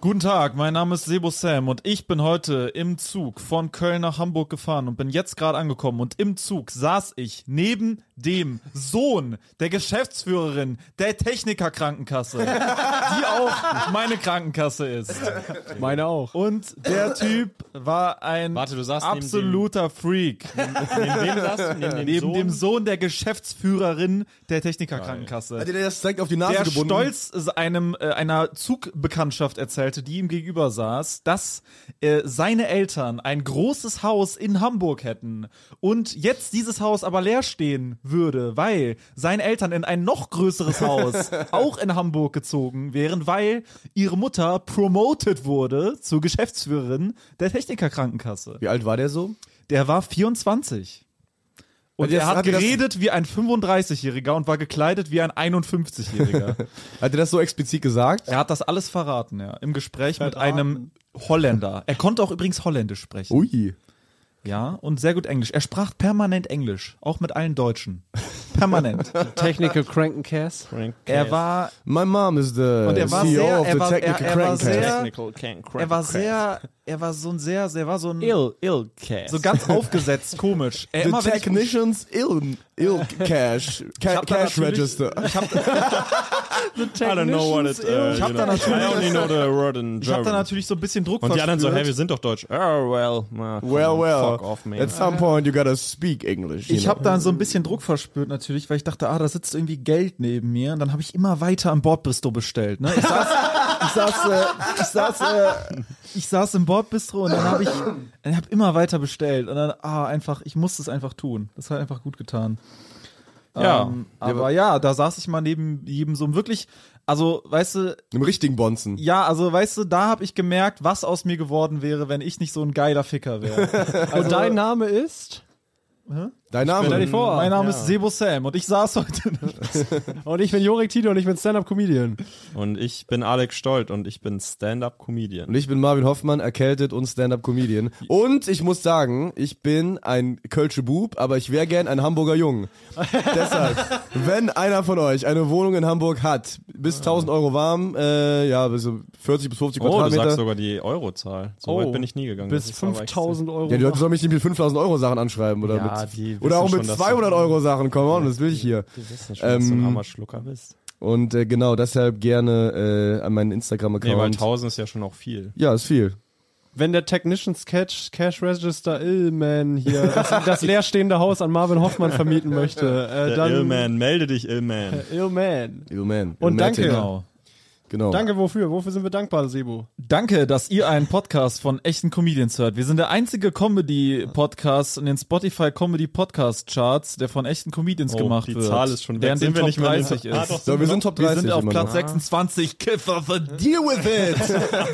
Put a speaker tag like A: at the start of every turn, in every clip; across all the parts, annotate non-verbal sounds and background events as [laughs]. A: Guten Tag, mein Name ist Sebo Sam und ich bin heute im Zug von Köln nach Hamburg gefahren und bin jetzt gerade angekommen und im Zug saß ich neben dem Sohn der Geschäftsführerin der Techniker Krankenkasse, die auch meine Krankenkasse ist.
B: Meine auch.
A: Und der Typ war ein
C: Warte, du saßt neben dem-
A: absoluter Freak. [laughs]
C: Neben wem saß Neben dem
A: Neben
C: Sohn?
A: dem Sohn der Geschäftsführerin der Techniker Krankenkasse.
D: der das direkt auf die Nase
A: der stolz einem, äh, einer Zugbekanntschaft erzählte, die ihm gegenüber saß, dass äh, seine Eltern ein großes Haus in Hamburg hätten und jetzt dieses Haus aber leer stehen würde, weil seine Eltern in ein noch größeres Haus auch in Hamburg gezogen wären, weil ihre Mutter promoted wurde zur Geschäftsführerin der Techniker Krankenkasse.
D: Wie alt war der so?
A: Der war 24. Und
D: Hat das-
A: Also er hat
D: hat dir das-
A: geredet wie ein 35-Jähriger und war gekleidet wie ein 51-Jähriger.
D: Hat er das so explizit gesagt?
A: [laughs] Er hat das alles verraten, ja. Im Gespräch mit einem Holländer. Er konnte auch übrigens Holländisch sprechen.
D: Ui.
A: Ja, und sehr gut Englisch. Er sprach permanent Englisch, auch mit allen Deutschen. [laughs] Permanent.
B: Technical Crankencass.
A: er war,
D: My mom is the
A: Und er war
D: CEO
A: sehr-
D: of
A: er
D: the
A: war-
D: Technical
A: er- er war
D: Crank
A: sehr-
D: Cast.
C: Technical Can Crack.
A: er war sehr, er war so ein sehr, er war so ein,
C: ill, ill cast.
A: so ganz aufgesetzt, komisch. Er,
D: The
A: immer, wenn ich,
D: Technicians ill, ill Cash, Ca
A: hab da
D: Cash
A: natürlich-
D: Register.
C: I don't know what it uh,
A: Ich hab
C: you
A: da
C: know.
A: natürlich-
C: I only know the word in German.
A: ich habe da natürlich so ein bisschen Druck
C: und die anderen so, hey,
A: verspürt.
C: wir sind doch Deutsch. Oh, well. na, komm,
D: Well, well.
C: Fuck off, man.
D: At some point you gotta speak English. you
A: Ich
D: know.
A: habe da so ein bisschen Druck verspürt natürlich, weil ich dachte, ah, da sitzt irgendwie Geld neben mir. Und dann habe ich immer weiter am Bordbistro bestellt. Ne? Ich saß, ich saß, äh, ich saß, äh, ich saß im Bordbistro und dann habe ich, ich habe immer weiter bestellt. Und dann, ah, einfach, ich musste es einfach tun. Das hat einfach gut getan.
C: Ja.
A: Ähm, aber ja, da saß ich mal neben jedem so einem wirklich, also, weißt du,
D: Im richtigen Bonzen.
A: ja, also, weißt du, da habe ich gemerkt, was aus mir geworden wäre, wenn ich nicht so ein geiler Ficker wäre.
B: Und dein Name ist?
D: Dein Name.
B: vor.
A: mein Name ist Sebo Sam und ich saß heute
B: Und ich bin Jorik Tito und ich bin Stand-Up-Comedian.
C: Und ich bin Alex Stolt und ich bin Stand-Up-Comedian.
D: Und ich bin Marvin Hoffmann, erkältet und Stand-Up-Comedian. Und ich muss sagen, ich bin ein Kölsche Bub, aber ich wäre gern ein Hamburger Jung. Deshalb, wenn einer von euch eine Wohnung in Hamburg hat, bis 1000 Euro warm, äh, ja, bis so 40 bis 50
C: Oh, du sagst
D: Quadratmeter.
C: sogar die Eurozahl.
A: Oh,
C: So weit bin ich nie gegangen.
B: Bis
C: Das ist aber echt-
B: 5000 Euro.
D: Ja, die Leute sollen mich nicht mit 5000 Euro Sachen anschreiben oder
C: Ja, die
D: mit, oder auch
C: wissen
D: mit
C: schon, dass
D: 200
C: du-
D: Euro Sachen. Come on, das will ich hier.
C: Die wissen schon, dass du ein
D: Ähm,
C: armer Schlucker bist.
D: Und äh, genau, deshalb gerne äh, an meinen
C: Nee, weil
D: Instagram-Account.
C: 1000 ist ja schon auch viel.
D: ja, ist viel.
B: Wenn der Technicians Catch Cash Register Illman hier
C: [laughs]
B: das, das leerstehende Haus an Marvin Hoffmann vermieten möchte, äh,
C: Der
B: dann
C: Illman, melde dich,
A: [laughs]
C: Illman.
B: Illman.
D: Yo, man.
B: Und danke.
A: Genau.
D: Genau.
B: Danke wofür? Wofür sind wir dankbar, Sebo?
A: Danke, dass ihr einen Podcast von echten Comedians hört. Wir sind der einzige Comedy-Podcast in den Spotify Comedy Podcast Charts, der von echten Comedians
C: Oh,
A: gemacht
C: die
A: wird.
C: Zahl ist schon weg.
A: während
C: Sind
A: dem
C: wir
A: Top
C: nicht mehr in den-
A: 30
C: Ah,
A: ist.
C: doch,
D: So, wir sind Top 30.
A: wir sind auf
D: immer
A: Platz uh,
D: noch.
A: 26. Kiffer, verdient
D: Deal with
C: [laughs]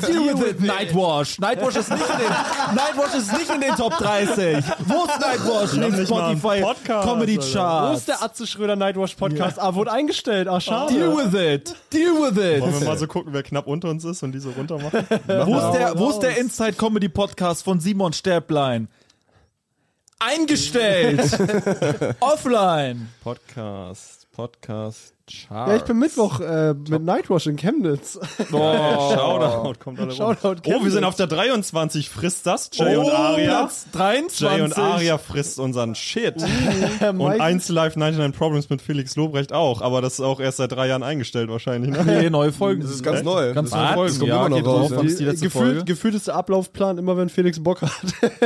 D: it!
A: you with Nightwash. Nightwash ist nicht in den, Nightwash ist nicht in den Top 30. Wo ist Nightwash in
C: haben
A: den
C: nicht mal einen
A: Spotify
C: Podcast,
A: Comedy
C: Alter.
B: Wo
A: Charts?
B: ist der Atze Schröder Nightwash Podcast? Ah, wurde eingestellt. Ah, schade.
A: Deal with it. Deal with it.
C: Wollen wir mal so gucken, wer knapp unter uns ist und die so runter machen?
A: Wo ist der,
B: raus.
A: wo ist der Inside Comedy Podcast von Simon Sterblein?
C: [laughs]
A: Eingestellt! Offline!
C: Podcast, Podcast, Chart.
B: Ja, ich bin Mittwoch äh, mit Nightwash in [laughs] Chemnitz.
A: Oh.
C: Boah. Shoutout, kommt alle
B: Shoutout,
C: rum. Oh, wir
B: Chemnitz.
C: sind auf der 23. Frisst das, Jay und
A: Oh,
C: Aria.
A: Platz 23.
C: Jay und Aria frisst unseren Shit. und
B: Mike-
C: 1 Live 99 Problems mit Felix Lobrecht auch, aber das ist auch erst seit drei Jahren eingestellt wahrscheinlich. Ne?
A: Nee, neue Folgen.
D: Das ist ganz neu.
A: Ganz
D: Das-
A: neue
D: das
A: Folgen.
D: kommt
A: Ja,
D: immer noch
A: geht
D: raus.
A: drauf. Wann ist die letzte Folge?
B: Gefühlt, gefühlt ist der Ablaufplan immer, wenn Felix Bock [laughs] hat.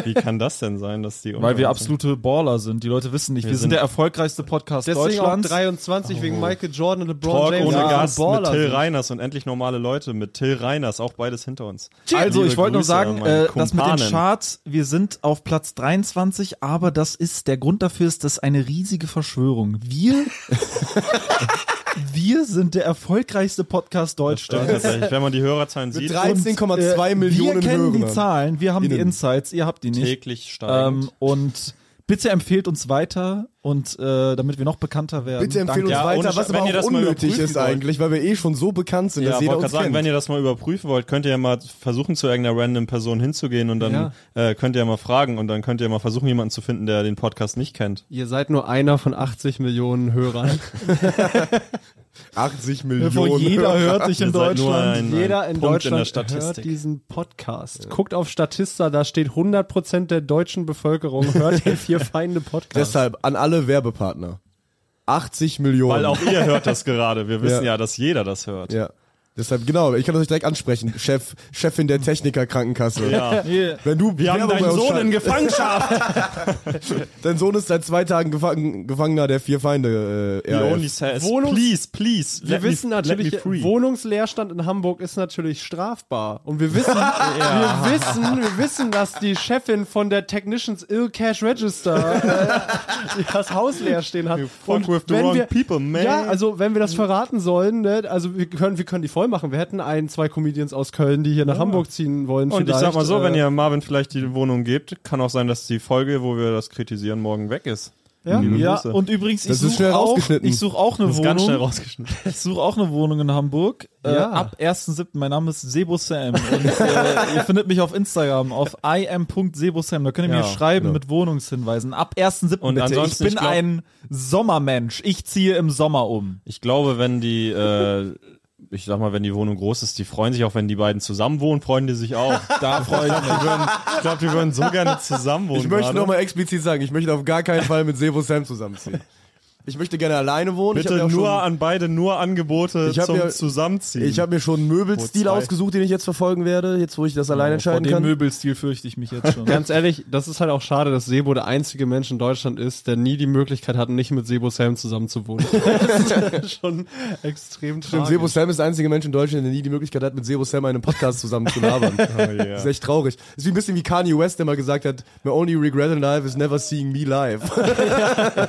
C: Wie kann das denn sein, dass die unter
A: Weil wir
C: uns sind?
A: absolute Baller sind. Die Leute wissen nicht, wir, sind,
C: sind-
A: der erfolgreichste Podcast
B: Deswegen auch
A: Deutschlands.
B: 23 wegen Michael Jordan, LeBron
C: Talk
B: James
C: ohne
B: und
C: Gast mit
B: Baller
C: Till
B: sind.
C: Reiners und endlich normale Leute mit Till Reiners, auch beides hinter uns.
A: Also,
C: Liebe
A: ich wollte noch
C: Grüße an
A: sagen,
C: meine
A: äh, das mit den
C: Kumpanen.
A: Charts, wir sind auf Platz 23, aber das ist, der Grund dafür ist, das ist eine riesige Verschwörung. [laughs] Wir, wir sind der erfolgreichste Podcast
C: Stimmt
A: Deutschlands. äh,
C: tatsächlich, wenn man die Hörerzahlen
D: Mit
C: sieht,
D: 13,2 Millionen
A: Wir kennen die
D: Hörern.
A: Zahlen, wir haben die
D: Innen.
A: Insights, ihr habt die nicht.
C: täglich steigend.
A: Ähm, und bitte empfehlt uns weiter und äh, damit wir noch bekannter werden.
D: Bitte empfehlen uns
C: Ja, ohne
D: weiter,
C: Sch-
D: was
C: wenn
D: aber
C: ihr
D: auch
C: das mal
D: unnötig
C: überprüfen
D: ist
C: wollt.
D: eigentlich, weil wir eh schon so bekannt sind,
C: Ja,
D: dass
C: wollte
D: jeder
C: gerade
D: uns
C: sagen,
D: kennt.
C: wenn ihr das mal überprüfen wollt, könnt ihr ja mal versuchen, zu irgendeiner random Person hinzugehen und dann äh, könnt ihr ja mal fragen und dann könnt ihr mal versuchen, jemanden zu finden, der den Podcast nicht kennt.
B: Ihr seid nur einer von 80 Millionen Hörern. [laughs]
D: 80
A: Bevor
D: Millionen.
A: jeder hört dich in
C: Ihr seid nur
A: Deutschland.
C: ein,
B: Jeder
C: ein
B: in
C: Punkt in der
B: Deutschland hört
C: Statistik.
B: diesen Podcast. Guckt auf Statista, da steht 100% der deutschen Bevölkerung hört [laughs] den vier Feinde Podcast.
D: Deshalb an alle Werbepartner. 80 Millionen.
C: Weil auch ihr hört das gerade. Wir wissen
D: Ja.
C: ja, dass jeder das hört.
D: [laughs] ja. Deshalb, genau, ich kann das euch direkt ansprechen. Chef, Chefin der Techniker Krankenkasse.
C: Ja.
A: Nee.
D: Wenn du
C: Wir haben
D: Werbung bei
C: deinen
D: uns
C: Sohn in
D: schalten-
C: Gefangenschaft.
D: Dein Sohn ist seit zwei Tagen gefangen, Gefangener der vier Feinde. Äh,
C: He
D: RAF.
C: only says,
B: Wohnungs-
C: please, please.
B: Wir
C: let
B: wissen
C: me,
B: natürlich,
C: Let me free.
B: Wohnungsleerstand in Hamburg ist natürlich strafbar. Und wir wissen, wir wissen, wir wissen, dass die Chefin von der Technicians Ill Cash Register äh, das Haus leer stehen hat.
C: You fuck with the
B: wenn
C: wrong
B: wir,
C: people, man.
B: Ja, also wenn wir das verraten sollen, ne, also wir können, wir können die voll machen. Wir hätten ein, zwei Comedians aus Köln, die hier nach Hamburg ziehen wollen.
C: Und ich sag mal
B: vielleicht,
C: so,
B: äh,
C: wenn ihr Marvin vielleicht die Wohnung gebt, kann auch sein, dass die Folge, wo wir das kritisieren, morgen weg ist.
A: Ja,
C: Liebe
A: ja
C: Grüße.
A: und übrigens, ich
D: Das ist
A: suche
D: schnell
A: auch,
D: rausgeschnitten.
A: ich such auch eine
C: Das ist ganz schnell
A: Wohnung.
C: rausgeschnitten.
A: Ich suche auch eine Wohnung in Hamburg. Äh,
B: Ja.
A: Ab 1.7. Mein Name ist Sebo Sam. Und äh, [laughs] ihr findet mich auf Instagram auf im.sebosam. Da könnt ihr
C: Ja,
A: mir schreiben
D: genau.
A: mit Wohnungshinweisen. Ab 1.7.
C: Und
A: bitte. Ich
C: ansonsten,
A: bin
C: ich glaub-
A: ein Sommermensch. Ich ziehe im Sommer um.
C: Ich glaube, wenn die, äh, ich sag mal, wenn die Wohnung groß ist, die freuen sich auch, wenn die beiden zusammen wohnen, freuen die
D: [laughs]
C: sich auch. Da freue ich mich. Ich glaube, die würden so gerne zusammen wohnen.
D: Ich möchte
C: gerade.
D: nochmal explizit sagen, ich möchte auf gar keinen Fall mit Sebo Sam zusammenziehen. Ich möchte gerne alleine wohnen. ich hab mir
C: Bitte
D: auch
C: nur
D: schon,
C: an beide nur Angebote
D: Ich hab
C: zum
D: ja-
C: Zusammenziehen.
D: Ich habe mir schon einen Möbelstil
C: Wo zwei.
D: ausgesucht, den ich jetzt verfolgen werde, jetzt wo ich das allein
A: Vor
D: entscheiden
A: dem
D: kann.
A: Möbelstil fürchte ich mich jetzt schon.
B: Ganz ehrlich, das ist halt auch schade, dass Sebo der einzige Mensch in Deutschland ist, der nie die Möglichkeit hat, nicht mit Sebo Sam zusammen
D: [laughs]
B: zu wohnen. das ist halt schon extrem
D: Stimmt,
B: tragisch.
D: Sebo Sam ist der einzige Mensch in Deutschland, der nie die Möglichkeit hat, mit Sebo Sam einen Podcast zusammen
A: [laughs]
D: zu labern.
A: Oh,
D: Das ist echt traurig. Ist wie ein bisschen wie Kanye West, der mal gesagt hat, my only regret in life is never seeing me live. [laughs]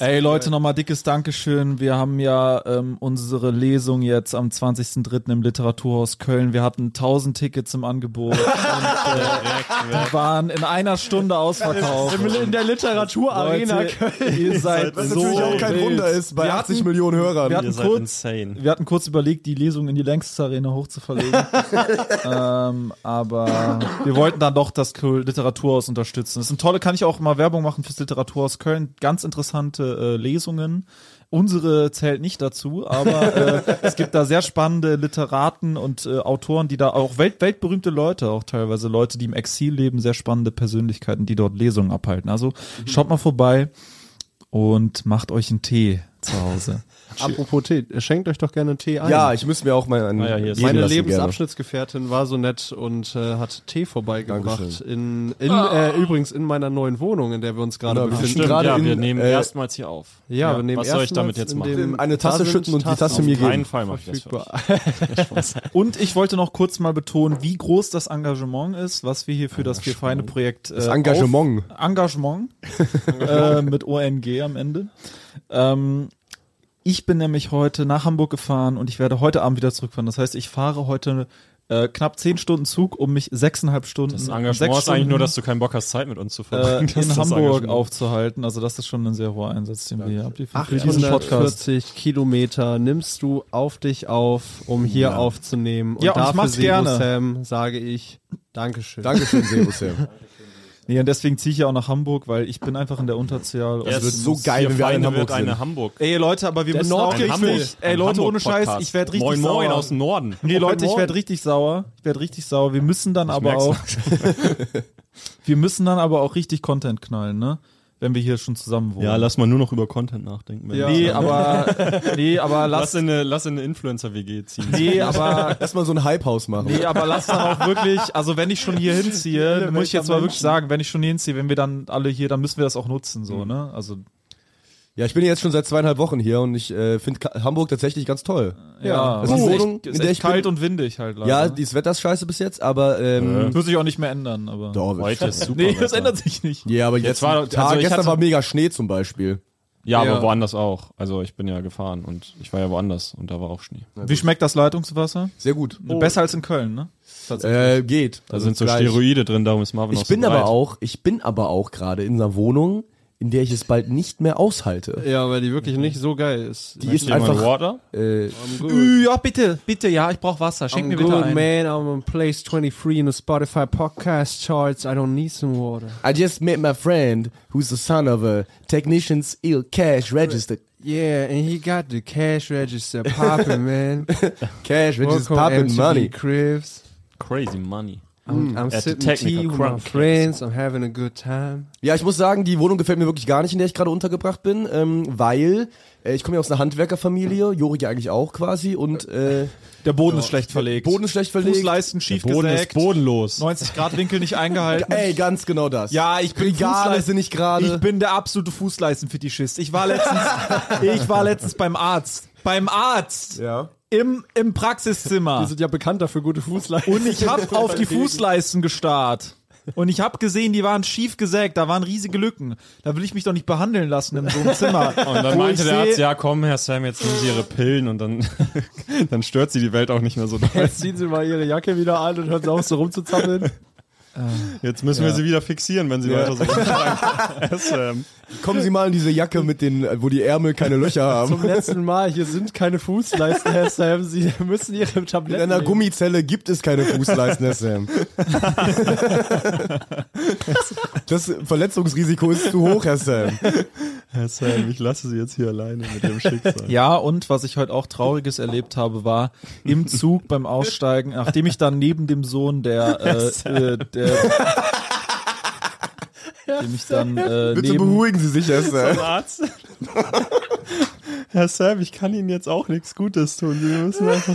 A: Ey Leute, nochmal dickes Dankeschön. Wir haben ja ähm, unsere Lesung jetzt am 20.03. im Literaturhaus Köln. Wir hatten 1000 Tickets im Angebot. und, äh, die waren in einer Stunde ausverkauft.
B: Im- in der Literaturarena
A: Leute, ihr seid
D: Was
A: so
D: natürlich auch kein
A: wild.
D: Wunder ist bei
A: wir
D: 80
A: hatten,
D: Millionen Hörern.
A: wir
C: Ihr
A: hatten
C: seid
A: kurz
C: insane.
A: wir hatten kurz überlegt, die Lesung in die längste Arena hochzuverlegen. ähm, aber wir wollten dann doch das Kö- Literaturhaus unterstützen. Das sind tolle, kann ich auch mal Werbung machen fürs Literaturhaus Köln. Ganz interessante äh, Lesungen. Unsere zählt nicht dazu, aber äh, es gibt da sehr spannende Literaten und äh, Autoren, die da auch welt, weltberühmte Leute, auch teilweise Leute, die im Exil leben, sehr spannende Persönlichkeiten, die dort Lesungen abhalten. Also schaut mal vorbei und macht euch einen Tee zu Hause.
B: Apropos Tee, schenkt euch doch gerne einen Tee ein.
D: ja, ich müsste mir auch mal einen
C: Ah ja, hier ist-
D: geben
B: meine
D: lassen
B: Lebensabschnittsgefährtin war so nett und äh, hat Tee vorbeigebracht.
D: Dankeschön.
B: In, in, äh, übrigens in meiner neuen Wohnung, in der wir uns gerade
D: Genau, wir
B: befinden.
D: sind
C: Stimmt,
D: gerade
C: ja,
D: in,
C: wir nehmen
D: äh,
C: erstmals hier auf.
B: Ja, wir nehmen
C: Was soll ich
B: erstmals
C: damit jetzt
B: in
C: machen?
B: dem-
D: gerne. Eine Tasse
B: Da sind
D: schütten und die
B: Tassen
D: Tasse mir
C: Auf keinen
D: geben.
C: Fall mache ich das für euch.
B: verfügbar.
A: Und ich wollte noch kurz mal betonen, wie groß das Engagement ist, was wir hier für das Vier Feinde Projekt äh,
D: Engagement.
A: auf, Engagement äh, mit ONG am Ende. Ähm, ich bin nämlich heute nach Hamburg gefahren und ich werde heute Abend wieder zurückfahren. Das heißt, ich fahre heute äh, knapp zehn Stunden Zug, um mich sechseinhalb Stunden
C: Das
A: sechs
C: Engagement ist eigentlich
A: Stunden,
C: nur, dass du keinen Bock hast, Zeit mit uns zu [laughs] verbringen.
A: äh,
C: Das
A: in
C: ist das
A: Hamburg
C: Engagement.
A: aufzuhalten. Also das ist schon ein sehr hoher Einsatz, den wir hier haben. Für diesen Podcast.
B: 840 Kilometer nimmst du auf dich auf, um hier aufzunehmen.
A: Ja, und ich mach's
B: Sebo
A: gerne.
B: Sam sage ich Dankeschön.
D: Dankeschön,
A: [laughs]
D: Sebo Sam.
A: Nee, und deswegen ziehe ich ja auch nach Hamburg, weil ich bin einfach in der Unterzahl.
C: Es
A: und
D: wird so
C: muss-
D: geil,
C: Ihr
D: wenn wir alle in
C: Feinde
D: Hamburg
C: wird
D: sind.
C: eine Hamburg.
A: Ey Leute, aber wir
B: Der
A: müssen auch
B: Nord-
C: Ein
A: richtig.
C: Hamburg.
A: Ey
C: ein
A: Leute, ohne
C: Hamburg-Podcast.
A: Scheiß, ich werde richtig
C: Moin
A: sauer.
C: Moin aus dem Norden.
A: Nee, Leute, ich
C: Moin.
A: werde richtig sauer. Ich werde richtig sauer. Wir müssen dann aber
C: merk's.
A: auch [laughs] Wir müssen dann aber auch richtig Content knallen, ne? Wenn wir hier schon zusammen wohnen.
C: Ja, lass mal nur noch über Content nachdenken. wenn
B: Ja.
C: ich-
A: nee, aber nee, aber
C: Lass
A: lass
C: in eine, lass in eine Influencer-WG ziehen.
A: nee,
D: [laughs]
A: aber
D: Lass mal so ein Hype-Haus machen.
A: Nee, aber lass dann auch wirklich, also wenn ich schon hier hinziehe, muss ich jetzt mal wirklich sagen, wenn ich schon hier hinziehe, wenn wir dann alle hier, dann müssen wir das auch nutzen, so, ne? Also
D: Ja, ich bin jetzt schon seit zweieinhalb Wochen hier und ich äh, finde Hamburg tatsächlich ganz toll.
A: Ja, es
D: Das ist
A: ist
D: Also die Wohnung,
A: echt, ist
D: in der
A: echt
D: ich bin.
A: kalt und windig halt leider.
D: Ja, dieses Wetter ist scheiße bis jetzt, aber ähm,
A: wird sich auch nicht mehr ändern, aber.
D: doch, wird
C: Heute ist super.
A: nee, das
C: Wetter.
A: ändert sich nicht.
D: Ja, aber jetzt,
C: Jetzt war-
D: Tag,
C: also ich
D: gestern
C: hatte-
D: war mega Schnee zum Beispiel.
C: [laughs] Ja, aber
B: Ja.
C: woanders auch. Also ich bin ja gefahren und ich war ja woanders und da war auch Schnee.
A: Wie schmeckt das Leitungswasser?
D: Sehr gut.
A: Oh, Besser als in Köln, ne?
D: Äh, geht.
C: Da sind so
D: gleich.
C: Steroide drin, darum ist Marvin auch
D: Ich
C: so
D: bin aber
C: breit.
D: auch, ich bin aber auch gerade in einer Wohnung, in der ich es bald nicht mehr aushalte.
B: Ja, weil die wirklich nicht so geil ist.
D: Die
C: Ist
D: ist
C: jemand
D: einfach.
C: Water?
D: Äh,
A: Ja, bitte, bitte, ja, ich brauche Wasser. Schenk
B: I'm good, man. I'm on place 23 in the Spotify podcast charts. I don't need some water.
D: I just met my friend, who's the son of a technician's ill cash registered.
B: Yeah, and he got the cash register popping, [laughs] man.
D: Cash, which is
B: Welcome
D: popping
B: MTV
D: money.
B: Cribs. Mm.
C: Crazy money.
B: I'm, I'm
C: the
B: sipping
C: technical
B: tea with my
C: crunk.
B: friends. I'm having a good time.
D: Ja, ich muss sagen, die Wohnung gefällt mir wirklich gar nicht, in der ich gerade untergebracht bin, ähm, weil äh, ich komme ja aus einer Handwerkerfamilie, Jorik ja eigentlich auch quasi, und äh,
A: Der Boden ist schlecht verlegt.
D: Boden ist schlecht verlegt.
A: Fußleisten schief
C: Boden ist
A: gesägt.
C: bodenlos.
A: 90 Grad Winkel nicht eingehalten.
D: [laughs] Ey, ganz genau das.
A: Ja, ich bin
D: Regale
A: Fußleisten-
D: sind nicht gerade.
A: Ich bin der absolute Fußleistenfetischist. Ich war letztens, ich war letztens beim Arzt. Beim Arzt.
D: Ja.
A: Im, im Praxiszimmer.
B: ja bekannt dafür gute Fußleisten.
A: Und ich hab auf die Fußleisten gestarrt. Und ich hab gesehen, die waren schief gesägt, da waren riesige Lücken. Da will ich mich doch nicht behandeln lassen in so einem Zimmer.
C: Und dann
A: Wo
C: meinte
A: ich
C: der Arzt,
A: seh-
C: ja komm, Herr Sam, jetzt nehmen Sie Ihre Pillen und dann, [laughs] dann stört sie die Welt auch nicht mehr so doll.
B: Jetzt ziehen sie mal ihre Jacke wieder an und hören sie auf, so [laughs] rumzuzappeln.
C: Jetzt müssen wir sie wieder fixieren, wenn sie weiter
A: [laughs]
C: so rumfragen. Herr Sam.
D: Kommen Sie mal in diese Jacke mit den, wo die Ärmel keine Löcher haben.
B: [laughs] Zum letzten Mal, hier sind keine Fußleisten, Herr Sam. Sie müssen ihre
D: In
B: Tabletten
D: einer
B: nehmen.
D: Gummizelle gibt es keine Fußleisten, Herr
B: [laughs]
D: Sam. Das Verletzungsrisiko ist zu hoch, Herr Sam.
C: Herr Sam, ich lasse sie jetzt hier alleine mit dem Schicksal.
A: [laughs] Ja, und was ich heute auch Trauriges erlebt habe, war im Zug beim Aussteigen, nachdem ich dann neben dem Sohn der,
D: [laughs]
A: äh, äh, der dem ich dann äh,
D: Bitte
A: neben,
D: beruhigen Sie sich, Herr Sam.
C: Arzt. [laughs] Herr Sam, ich kann Ihnen jetzt auch nichts Gutes tun. Sie müssen einfach.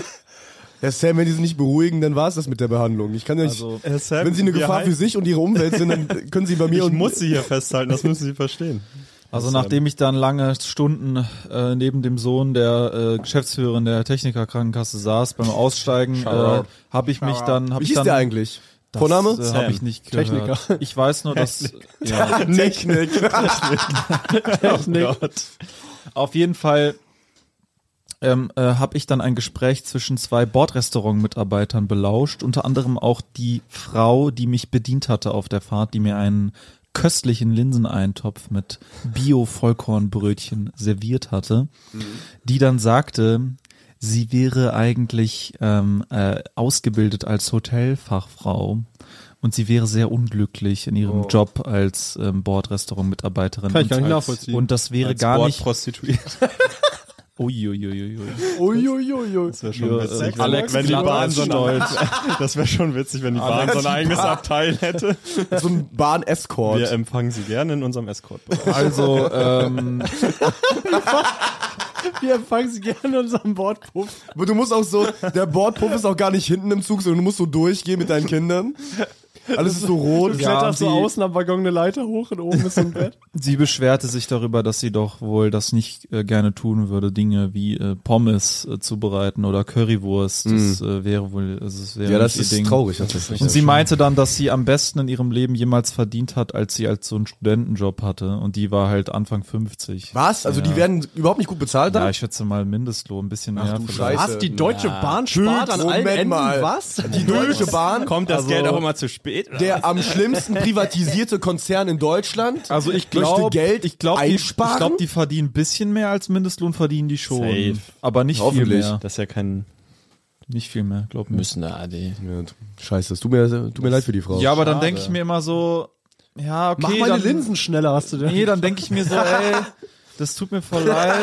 D: Herr Sam, wenn die Sie nicht beruhigen, dann war es das mit der Behandlung. Ich kann ja nicht.
A: also,
C: Herr Sam,
D: wenn Sie eine
C: wir
D: Gefahr
C: halten-
D: für sich und Ihre Umwelt sind, dann können Sie bei mir
C: Ich
D: und
C: muss sie hier festhalten, das müssen Sie verstehen.
A: also nachdem ich dann lange Stunden äh, neben dem Sohn der äh, Geschäftsführerin der Techniker Krankenkasse saß beim Aussteigen, äh,
C: Shoutout.
A: habe ich mich dann habe
D: Wie
A: ich
D: hieß
A: dann
D: der eigentlich?
A: Das,
D: Vorname?
A: Äh,
C: Sam.
A: habe ich nicht gehört.
B: Techniker.
A: Ich weiß nur, dass
C: äh,
A: ja,
D: Technik.
C: Oh
B: Technik.
A: auf jeden Fall ähm, äh, habe ich dann ein Gespräch zwischen zwei Bordrestaurant-Mitarbeitern belauscht, unter anderem auch die Frau, die mich bedient hatte auf der Fahrt, die mir einen köstlichen Linseneintopf mit Bio-Vollkornbrötchen serviert hatte, die dann sagte, sie wäre eigentlich ähm, äh, ausgebildet als Hotelfachfrau und sie wäre sehr unglücklich in ihrem Job als ähm, Bordrestaurant-Mitarbeiterin.
B: Oh. Kann ich gar
A: Und-
B: nicht nachvollziehen.
A: Und das wäre gar nicht
C: prostituiert.
A: Uiuiuiui.
D: Uiuiuiui.
C: Das wäre schon
A: Ja,
C: witzig.
A: Sex-
C: Alex, wenn die
A: Glatt-
C: Bahn so ein,
A: stolz.
C: das wäre schon witzig, wenn die Bahn
D: Alex
C: so ein eigenes Abteil hätte.
D: So ein Bahn-Escort.
C: Wir empfangen sie gerne in unserem escort
A: Also, ähm,
B: Wir empfangen sie gerne in unserem Bordpuff.
D: Aber du musst auch so, der Bordpuff ist auch gar nicht hinten im Zug, sondern du musst so durchgehen mit deinen Kindern. Alles ist so rot.
B: Du
A: Ja,
B: kletterst so
A: die-
B: außen am Waggon eine Leiter hoch und oben ist so ein [laughs] Bett.
A: sie beschwerte sich darüber, dass sie doch wohl das nicht äh, gerne tun würde, Dinge wie äh, Pommes äh, zubereiten oder Currywurst.
D: Mm.
A: Das äh, wäre wohl, also es wäre nicht ihr Ding.
D: tatsächlich.
A: Und sie meinte dann, dass sie am besten in ihrem Leben jemals verdient hat, als sie als so einen Studentenjob hatte. Und die war halt Anfang 50.
D: Was? Also die
A: Ja.
D: werden überhaupt nicht gut bezahlt
A: Ja,
D: da?
A: ich schätze mal Mindestlohn, ein bisschen mehr.
D: du
A: vielleicht.
D: Scheiße.
B: Die Deutsche Bahn spart an allen
D: Moment
B: Enden
D: mal.
B: was?
D: Die Deutsche Bahn,
C: Kommt das Geld auch immer zu spät?
D: der am schlimmsten privatisierte Konzern in Deutschland,
A: Also ich
D: möchte
A: glaube,
D: Geld
A: ich glaube, die, ich
D: einsparen?
A: glaub, die verdienen ein bisschen mehr als Mindestlohn verdienen die schon,
C: Safe.
A: aber nicht viel
D: Hoffentlich.
A: mehr.
C: Das ist ja kein
A: Nicht viel mehr, glaub mir.
C: müssen da AD.
D: Ja, Scheiße, es tut mir, tut mir leid für die Frau.
A: Ja, aber dann denke ich mir immer so, ja, okay.
B: Oh, Mach meine
A: dann, [laughs]
B: Linsen [laughs] schneller, hast du denn?
A: Nee, dann denke ich mir so, ey, das tut mir voll leid.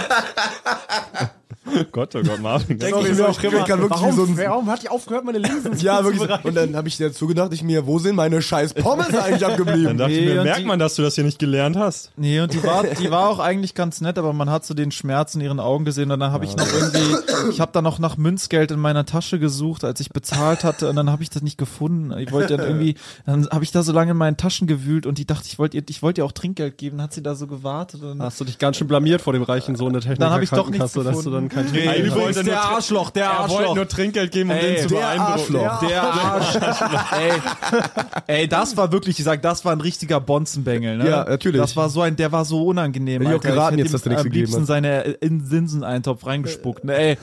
C: Gott, oh Gott, Marvin.
D: Denk ich mir auch immer, kann wirklich wie so
B: Warum,
D: ein
B: warum hatte ich aufgehört, meine Linsen
D: Ja,
B: zu
D: wirklich.
B: bereiten?
D: Und dann habe ich dazu gedacht, ich mir, wo sind meine scheiß Pommes eigentlich
C: Dann [laughs]
D: abgeblieben?
C: dachte ich
A: Nee,
C: mir,
A: und
C: merkt
A: die-
C: man, dass du das hier nicht gelernt hast.
A: Nee, und die war, die war auch eigentlich ganz nett, aber man hat so den Schmerz in ihren Augen gesehen und dann habe ich noch irgendwie, ich habe da noch nach Münzgeld in meiner Tasche gesucht, als ich bezahlt hatte und dann habe ich das nicht gefunden. Ich wollte dann irgendwie, dann habe ich da so lange in meinen Taschen gewühlt und die dachte, ich wollte ihr, ich wollte ihr auch Trinkgeld geben, dann hat sie da so gewartet und
B: Hast du dich ganz schön blamiert vor dem reichen Sohn der Technik
A: Dann hab ich doch nichts
B: dass du dann
A: gefunden.
B: kein
C: Nee,
B: Trinkgeld
C: ich wollte nur Tr-
A: Arschloch, der
C: Er wollte nur Trinkgeld geben, um
A: Ey,
C: den zu
A: der
C: beeindrucken.
D: Arschloch.
A: Der Arsch. ey, ey, das war wirklich, ich sag, das war ein richtiger Bonzenbengel, ne?
D: Ja, natürlich.
A: Das war so ein, der war so unangenehm.
D: Hätte ich auch
A: Alter.
D: geraten
A: hätte
D: jetzt, dass du
A: ihm
D: nichts
A: am
D: gegeben
A: liebsten
D: hast.
A: seine äh, in Sinseneintopf reingespuckt, ne? Ey,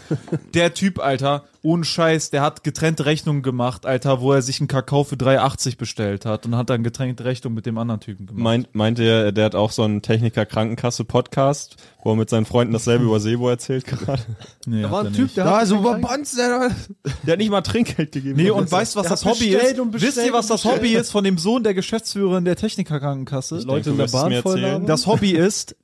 A: der Typ, Alter, ohne Scheiß, der hat getrennte Rechnungen gemacht, Alter, wo er sich einen Kakao für 3,80 bestellt hat und hat dann getrennte Rechnung mit dem anderen Typen gemacht.
C: Meint, meint ihr, der hat auch so einen Techniker-Krankenkasse-Podcast, wo er mit seinen Freunden dasselbe über Sebo erzählt gerade?
A: nee,
B: Da war
A: hat er
B: ein Typ,
A: nicht.
B: der
D: Ja,
B: hat
D: so
B: mir
D: über
B: gezeigt-
D: Bonzen, Alter.
C: Der hat nicht mal Trinkgeld gegeben.
A: Nee, und weißt du, was
B: Der
A: das
B: hat
A: Hobby
B: bestellt
A: ist?
B: und
A: Wisst ihr,
B: bestellt
A: was
B: und
A: das Hobby ist von dem Sohn der Geschäftsführerin der Technikerkrankenkasse?
B: Leute
C: du
B: in der
C: wirst es mir
B: Bahn voll
C: erzählen.
B: labern?
A: Das Hobby ist,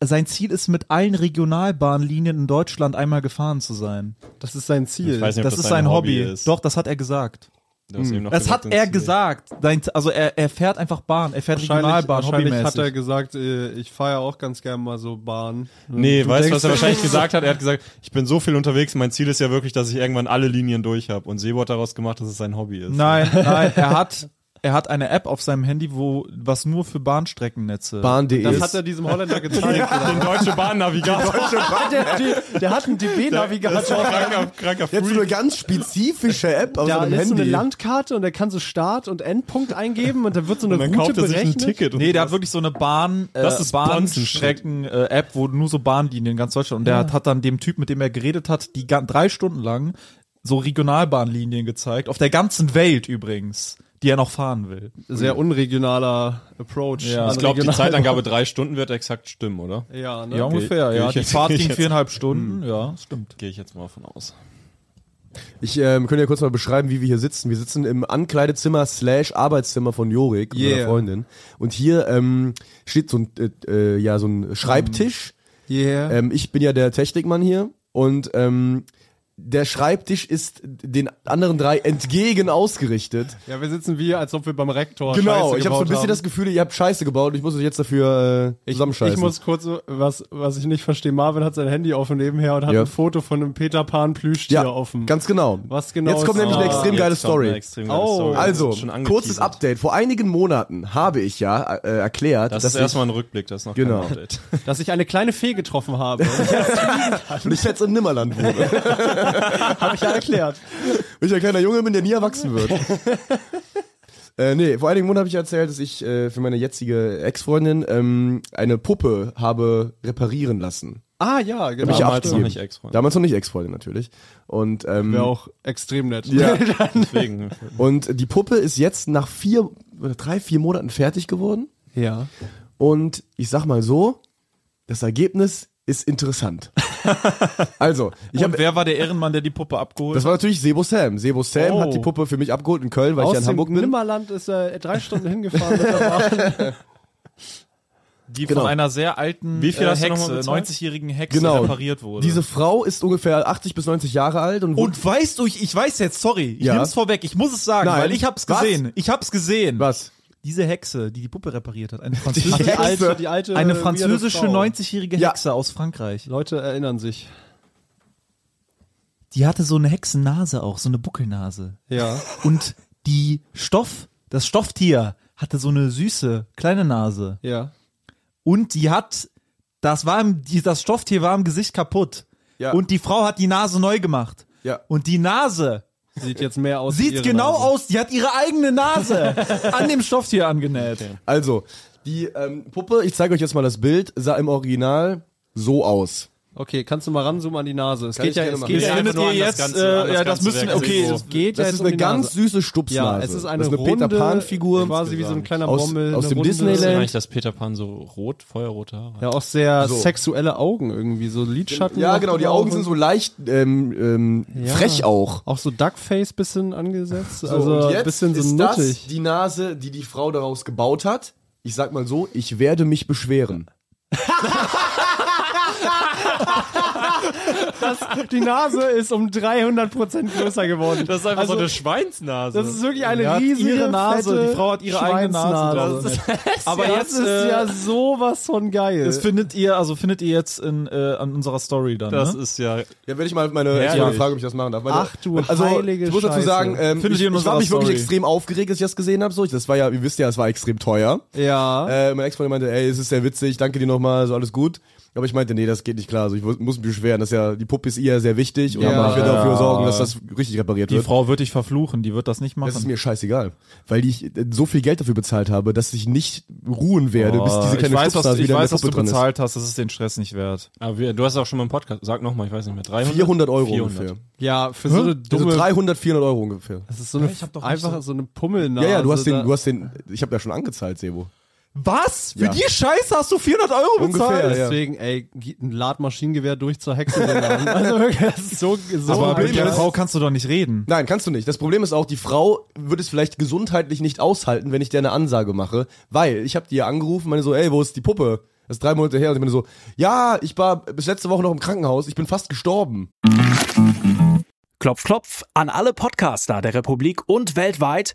A: sein Ziel ist, mit allen Regionalbahnlinien in Deutschland einmal gefahren zu sein.
B: Das ist sein Ziel.
C: Ich weiß nicht, ob
A: Das, ist sein Hobby. Doch, das hat er gesagt.
C: Du hast eben noch
A: Das
C: gesagt,
A: hat er
C: Ziel.
A: gesagt. Sein, also er, er fährt einfach Bahn. Er fährt
B: Wahrscheinlich,
A: Regionalbahn,
B: wahrscheinlich hat er
A: hobbymäßig.
B: gesagt, äh, ich fahre ja auch ganz gern mal so Bahn.
C: Nee,
B: Du
C: weißt du,
B: denkst,
C: was er
B: das
C: wahrscheinlich
B: ist-
C: gesagt hat? Er hat gesagt, ich bin so viel unterwegs, mein Ziel ist ja wirklich, dass ich irgendwann alle Linien durch habe. Und Sebo hat daraus gemacht, dass es sein Hobby ist.
B: [laughs]
A: Nein, nein, er hat, er hat eine App auf seinem Handy, wo, was nur für Bahnstreckennetze.
D: Bahn.de.
B: Das hat er diesem
A: [laughs]
B: Holländer gezeigt.
C: Den Deutsche Bahn-Navigator.
B: [laughs] der, der hat einen
C: Das ist
B: DB-Navigator.
C: ein kranker, kranker
D: Jetzt so eine
C: Freak.
D: ganz spezifische App auf
B: Da
D: seinem
B: ist so eine
D: Handy.
B: Landkarte und er kann so Start und Endpunkt eingeben und dann wird so eine
C: Und dann
B: Route
C: kauft er sich ein
B: berechnet.
C: Ticket. Und
A: Nee, der hat
C: sowas.
A: wirklich so eine Bahn, äh,
C: Das ist
A: Bahnstrecken-App, wo nur so Bahnlinien in ganz Deutschland. Und der hat, hat dann dem Typ, mit dem er geredet hat, die gan- drei Stunden lang so Regionalbahnlinien gezeigt. Auf der ganzen Welt übrigens, die er noch fahren will.
B: Sehr unregionaler Approach.
A: Ja.
B: an
C: ich glaube, die
B: regional-
C: Zeitangabe drei Stunden wird exakt stimmen, oder?
B: Ja, ne?
A: Ja, ungefähr,
C: geh
A: ja.
C: ich
A: Die
C: jetzt-
A: Fahrt [laughs]
C: geh ich
A: ging
C: jetzt-
A: viereinhalb Stunden, ja, stimmt.
C: Gehe ich jetzt mal von aus.
D: Ich ähm, könnte ja kurz mal beschreiben, wie wir hier sitzen. Wir sitzen im Ankleidezimmer slash Arbeitszimmer von Jorik, meiner
B: Yeah.
D: Freundin. Und hier ähm, steht so ein, äh, äh, ja, so ein Schreibtisch.
B: Mhm. Yeah.
D: Ähm, ich bin ja der Technikmann hier und ähm, der Schreibtisch ist den anderen drei entgegen ausgerichtet.
B: ja, wir sitzen wie, als ob wir beim Rektor
D: Genau,
B: Scheiße
D: ich habe so ein
B: gebaut
D: bisschen
B: haben.
D: das Gefühl, ihr habt Scheiße gebaut und ich muss euch jetzt dafür äh, zusammenscheißen.
B: Ich muss kurz, was, was ich nicht verstehe, Marvin hat sein Handy offen nebenher und hat
D: Ja.
B: ein Foto von einem Peter Pan Plüschtier
D: ja,
B: offen.
D: ganz genau.
B: Was genau
D: Jetzt kommt
B: ist-
D: nämlich eine
B: Ah,
D: extrem
C: jetzt
D: geile
C: kommt
D: Story.
C: eine extrem geile
B: Oh.
C: Story.
D: Also,
C: Schon angeteasert.
D: kurzes Update. Vor einigen Monaten habe ich ja äh, erklärt,
C: Das
D: dass
C: ist erstmal ein Rückblick, das ist noch
D: Genau.
C: kein Update.
B: Dass ich eine kleine Fee getroffen habe. [laughs]
D: ich, und ich jetzt im Nimmerland wohne.
C: [laughs]
B: habe ich ja erklärt.
D: Wenn ich ein kleiner Junge bin, der nie erwachsen
C: [laughs]
D: wird. Äh, nee, vor einigen Monaten habe ich erzählt, dass ich äh, für meine jetzige Ex-Freundin ähm, eine Puppe habe reparieren lassen.
B: Ah ja, genau.
D: Mich
C: Damals noch
D: abgegeben.
C: nicht Ex-Freundin.
D: Damals noch nicht Ex-Freundin natürlich. Und, ähm,
B: Wäre auch extrem nett.
D: Ja.
C: Deswegen.
D: und die Puppe ist jetzt nach vier, oder drei, vier Monaten fertig geworden.
B: ja.
D: Und ich sag mal so, das Ergebnis ist
B: [laughs]
D: interessant. also, ich habe
A: Und wer war der Ehrenmann, der die Puppe abgeholt
D: Das war natürlich Sebo Sam. Sebo Sam
B: Oh.
D: hat die Puppe für mich abgeholt in Köln, weil ich ja
B: Aus
D: in
B: dem
D: Hamburg bin.
B: Nimmerland ist er drei Stunden hingefahren. mit der [laughs] Bahn.
A: die
D: genau.
A: von einer sehr alten
C: Wie viel
A: äh,
C: hast du noch mal
A: Hexe,
C: bezahlt?
A: 90-jährigen Hexe
D: Genau.
A: repariert wurde.
D: Diese Frau ist ungefähr 80 bis 90 Jahre alt und,
A: und weißt du, ich, ich weiß jetzt, sorry, ich
D: Ja.
A: nehme es vorweg, ich muss es sagen,
D: Nein.
A: weil ich hab's
D: Was?
A: gesehen. Ich hab's gesehen.
D: was?
A: Diese Hexe, die die Puppe repariert hat, eine französische,
D: Hexe.
B: die alte
A: eine
B: weirde
A: französische
B: Frau.
A: 90-jährige
D: Ja.
A: Hexe aus Frankreich.
B: Leute erinnern sich.
A: Die hatte so eine Hexennase auch, so eine Buckelnase.
B: [laughs] Ja.
A: Und die Stoff, das Stofftier hatte so eine süße kleine Nase.
B: Ja.
A: Und die hat, das war im, die, das Stofftier war im Gesicht kaputt.
D: Ja.
A: Und die Frau hat die Nase neu gemacht.
D: Ja.
A: Und die Nase
B: Sieht jetzt mehr aus. wie
A: sieht
B: ihre
A: genau
B: Nase.
A: aus, die hat ihre eigene [laughs] Nase an dem Stofftier angenäht.
D: Also, die ähm, Puppe, ich zeige euch jetzt mal das Bild, sah im Original so aus.
B: Okay, kannst du mal ranzoomen an die Nase. Es
D: Kann
B: geht
D: ich
B: ja,
D: gerne
B: es
D: machen.
B: geht
D: Wir
B: ja,
C: einfach
A: findet
C: nur
A: ihr
C: an
A: jetzt,
C: das Ganze- an
A: äh, ja, das
C: Ganze
A: müssen wir-
C: Werk
A: okay,
C: sehen.
A: das
B: es geht ja
D: Das
B: jetzt
D: ist
B: um
D: eine
B: die
D: ganz
B: Nase.
D: süße Stupsnase.
B: Ja, es ist eine,
D: das ist eine
B: runde,
D: Peter Pan Figur.
B: quasi wie so ein kleiner
D: Aus-
B: Bommel.
D: aus
B: eine
D: dem
B: runde-
C: Ist
D: Disneyland.
C: eigentlich, dass Peter Pan so rot, feuerrote Haare
B: Ja, auch sehr
D: So.
B: sexuelle Augen irgendwie, so Lidschatten.
D: Ja,
B: noch
D: genau, die
B: drauf
D: Augen
B: und-
D: sind so leicht ähm, ähm,
B: Ja.
D: frech auch.
B: Auch so Duckface bisschen angesetzt,
D: So,
B: also
D: und
B: ein
D: jetzt
B: bisschen so
D: ist das
B: nuttig.
D: die Nase, die die Frau daraus gebaut hat. Ich sag mal so, ich werde mich beschweren.
B: Das, [laughs] die Nase ist um 300% größer geworden.
C: Das ist einfach
B: also,
C: so eine Schweinsnase.
B: Das ist wirklich eine
A: hat
B: riesige
A: ihre
B: Nase.
A: fette, die Frau hat ihre eigene Nase.
B: Schweinsnase.
A: Das
B: [laughs] Aber
A: Ja,
B: jetzt
A: das
B: ist
D: äh,
A: ist
B: ja
A: ja
B: sowas von geil.
A: Das findet ihr, also findet ihr jetzt in, äh, an unserer Story dann.
C: Das
A: ne?
C: ist ja.
D: Ja, werde ich mal meine
C: Herrlich.
D: ja. Frage, ob ich das machen darf. Meine,
B: Ach du
D: also,
B: heilige
D: Ich muss dazu
B: Scheiße.
D: sagen, ähm,
A: Findet
D: ich,
A: ihr in
D: ich war
A: unserer
D: mich wirklich
A: Story.
D: extrem aufgeregt, als ich das gesehen habe. So, ich- das war ja, ihr wisst ja, es war extrem teuer.
B: ja.
D: Äh, mein Ex-Freund meinte, ey, es ist sehr witzig, danke dir nochmal, so alles gut. Aber ich meinte, nee, das geht nicht klar. So, ich wu- muss mich beschweren, dass ja die Puppe ist ihr sehr wichtig und
B: Ja.
D: ich werde dafür
C: Ja.
D: sorgen, dass das richtig repariert
A: die
D: wird.
A: Frau wird dich verfluchen, die wird das nicht machen.
D: Das ist mir scheißegal, weil ich äh, so viel Geld dafür bezahlt habe, dass ich nicht ruhen werde, bis diese
A: Oh, ich
D: kleine
A: weiß, was,
D: Stupsnase
A: ich
D: wieder
A: weiß,
D: in
A: was du
D: der Puppe drin ist.
A: bezahlt hast, das ist den Stress nicht wert.
C: Aber wir, du hast auch schon mal im Podcast. Sag nochmal, ich weiß nicht mehr. 300?
D: 400 Euro
C: 400.
D: ungefähr.
B: ja, für so eine
D: Also
B: dumme.
D: 300, 400 Euro ungefähr.
B: das ist so eine,
A: ich hab doch nicht
B: einfach so,
A: so-
B: eine Pummelnase.
A: Ah,
D: Ja, ja, du hast
B: da-
D: den, du hast den, ich habe ja schon angezahlt, Sebo.
A: Was? Für
D: Ja. Oh,
A: die Scheiße hast du 400 Euro
D: Ungefähr,
A: bezahlt?
D: ja.
B: Deswegen, ey, geh- lad Maschinengewehr durch zur Hexe. [laughs] Alter. also wirklich, das ist so, so
A: Aber mit
D: Problem
A: der
D: ist-
A: Frau kannst du doch nicht reden.
D: Nein, kannst du nicht. Das Problem ist auch, die Frau würde es vielleicht gesundheitlich nicht aushalten, wenn ich dir eine Ansage mache, weil ich habe die ja angerufen und meine so, ey, wo ist die Puppe? Das ist drei Monate her und ich meine so, ja, ich war bis letzte Woche noch im Krankenhaus, ich bin fast gestorben.
E: Klopf, klopf an alle Podcaster der Republik und weltweit.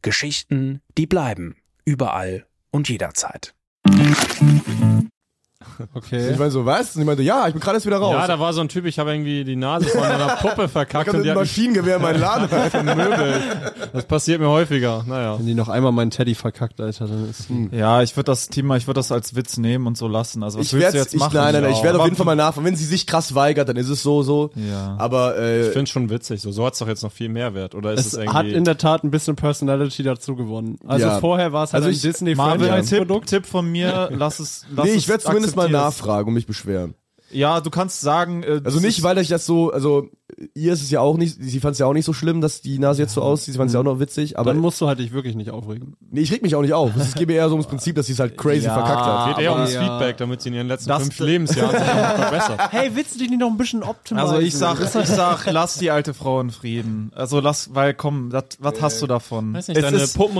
E: Geschichten, die bleiben. Überall und jederzeit.
B: Okay.
D: Ich meine so, was? Und ich meinte, ja, ich bin gerade erst wieder raus.
C: Ja, da war so ein Typ, ich habe irgendwie die Nase von einer Puppe
D: ich
C: verkackt
D: habe
C: und
D: mit
C: die
D: dem
A: halt
C: hat mich
D: Maschinengewehr in
A: [laughs]
D: meinen Laden.
C: vermöbelt. Das passiert mir häufiger. Naja.
B: Wenn die noch einmal meinen Teddy verkackt, Alter, dann ist
A: Ja, ich würde das Thema, ich würde das als Witz nehmen und so lassen. Also was
D: ich
A: willst
D: werde
A: du jetzt
D: ich,
A: machen?
D: nein, nein, nein, ich werde auf
A: Aber
D: jeden Fall mal nachfragen. Wenn sie sich krass weigert, dann ist es so, so.
A: Ja.
D: Aber
C: Ich
D: äh,
C: finde es schon witzig. So, so hat es doch jetzt noch viel Mehrwert. Oder ist es,
B: Es hat
C: irgendwie.
B: in der Tat ein bisschen Personality dazu gewonnen. Also
D: Ja.
B: vorher war es halt
D: Also
B: ein
D: ich-
B: disney
A: Marvin, ein
B: franchise
A: Tipp, Tipp von mir, lass es. Lass
D: nee,
A: es,
D: ich werde zumindest mal
A: akzeptier es.
D: nachfragen und mich beschweren.
A: Ja, du kannst sagen. Äh,
D: Also
A: das
D: nicht,
A: ist-
D: weil ich das so, also ihr ist es ja auch nicht, sie fand es ja auch nicht so schlimm, dass die Nase jetzt so aussieht, sie fand es ja auch noch witzig, aber
B: Dann musst du halt dich wirklich nicht aufregen.
D: nee, ich reg mich auch nicht auf. Es geht mir eher so ums Prinzip, dass sie es halt crazy
A: Ah, Ja.
D: verkackt hat.
C: Geht eher
B: Aber
C: ums
B: ja.
C: Feedback, damit sie in ihren letzten
A: Das-
C: fünf Lebensjahren sich noch verbessert.
B: Hey, willst du dich nicht noch ein bisschen optimieren?
A: Also ich
D: [laughs]
A: sag, ich sag, lass die alte Frau in Frieden. Also lass, weil komm, dat, was hast du davon?
C: Äh, Weiß nicht,
A: du
C: deine
A: wirst dein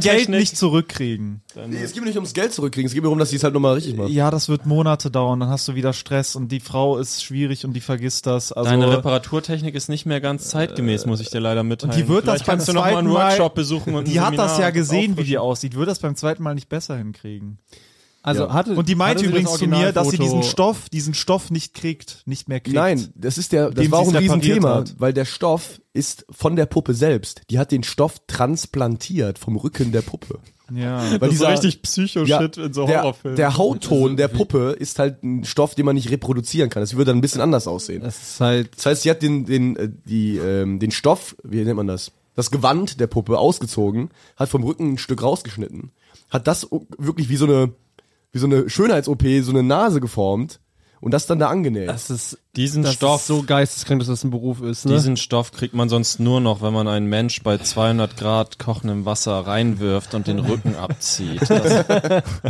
A: Geld
C: Puppenrepaturentechnik-
A: nicht zurückkriegen.
D: Nee, es geht mir nicht ums Geld zurückkriegen, es geht mir darum, dass sie es halt nochmal richtig macht.
A: Ja, das wird Monate dauern, dann hast du wieder Stress und die Frau ist schwierig und die vergisst das. Also
C: [laughs] Deine Reparaturtechnik ist nicht mehr ganz zeitgemäß, muss ich dir leider mitteilen.
A: die wird das
C: Vielleicht
A: beim
C: kannst du noch mal einen
A: zweiten Mal-
C: Workshop besuchen und ein
A: die hat das
C: Seminar
A: ja gesehen, wie
C: auffrischen.
A: die aussieht. Würde das beim zweiten Mal nicht besser hinkriegen.
B: also
D: Ja.
B: hatte,
A: Und die meinte
B: hatte sie das
A: übrigens zu mir, dass sie diesen
B: Originalfoto-
A: Stoff, diesen Stoff nicht kriegt, nicht mehr kriegt.
D: Nein, das ist der, das
A: Dem
D: war
A: sie
D: auch ein
A: es repariert
D: Riesenthema,
A: hat.
D: weil der Stoff ist von der Puppe selbst. Die hat den Stoff transplantiert vom Rücken der Puppe.
A: Ja.
D: Weil
C: Das ist
D: dieser-
C: richtig Psycho-Shit in so
D: der,
C: Horrorfilmen.
D: der Hautton der Puppe ist halt ein Stoff, den man nicht reproduzieren kann. Das würde dann ein bisschen anders aussehen.
B: Das ist halt
D: Das heißt, sie hat den, den, äh, die, ähm, den Stoff, wie nennt man das? Das Gewand der Puppe ausgezogen, hat vom Rücken ein Stück rausgeschnitten, hat das o- wirklich wie so eine, wie so eine Schönheits-OP, so eine Nase geformt und das dann da angenäht.
B: das ist
C: diesen
B: das
C: Stoff,
B: ist
A: ne?
B: so geisteskrank, dass das ein Beruf ist, ne?
C: diesen Stoff kriegt man sonst nur noch, wenn man einen Mensch bei 200 Grad kochendem Wasser reinwirft und den
A: [laughs]
C: Rücken abzieht. Das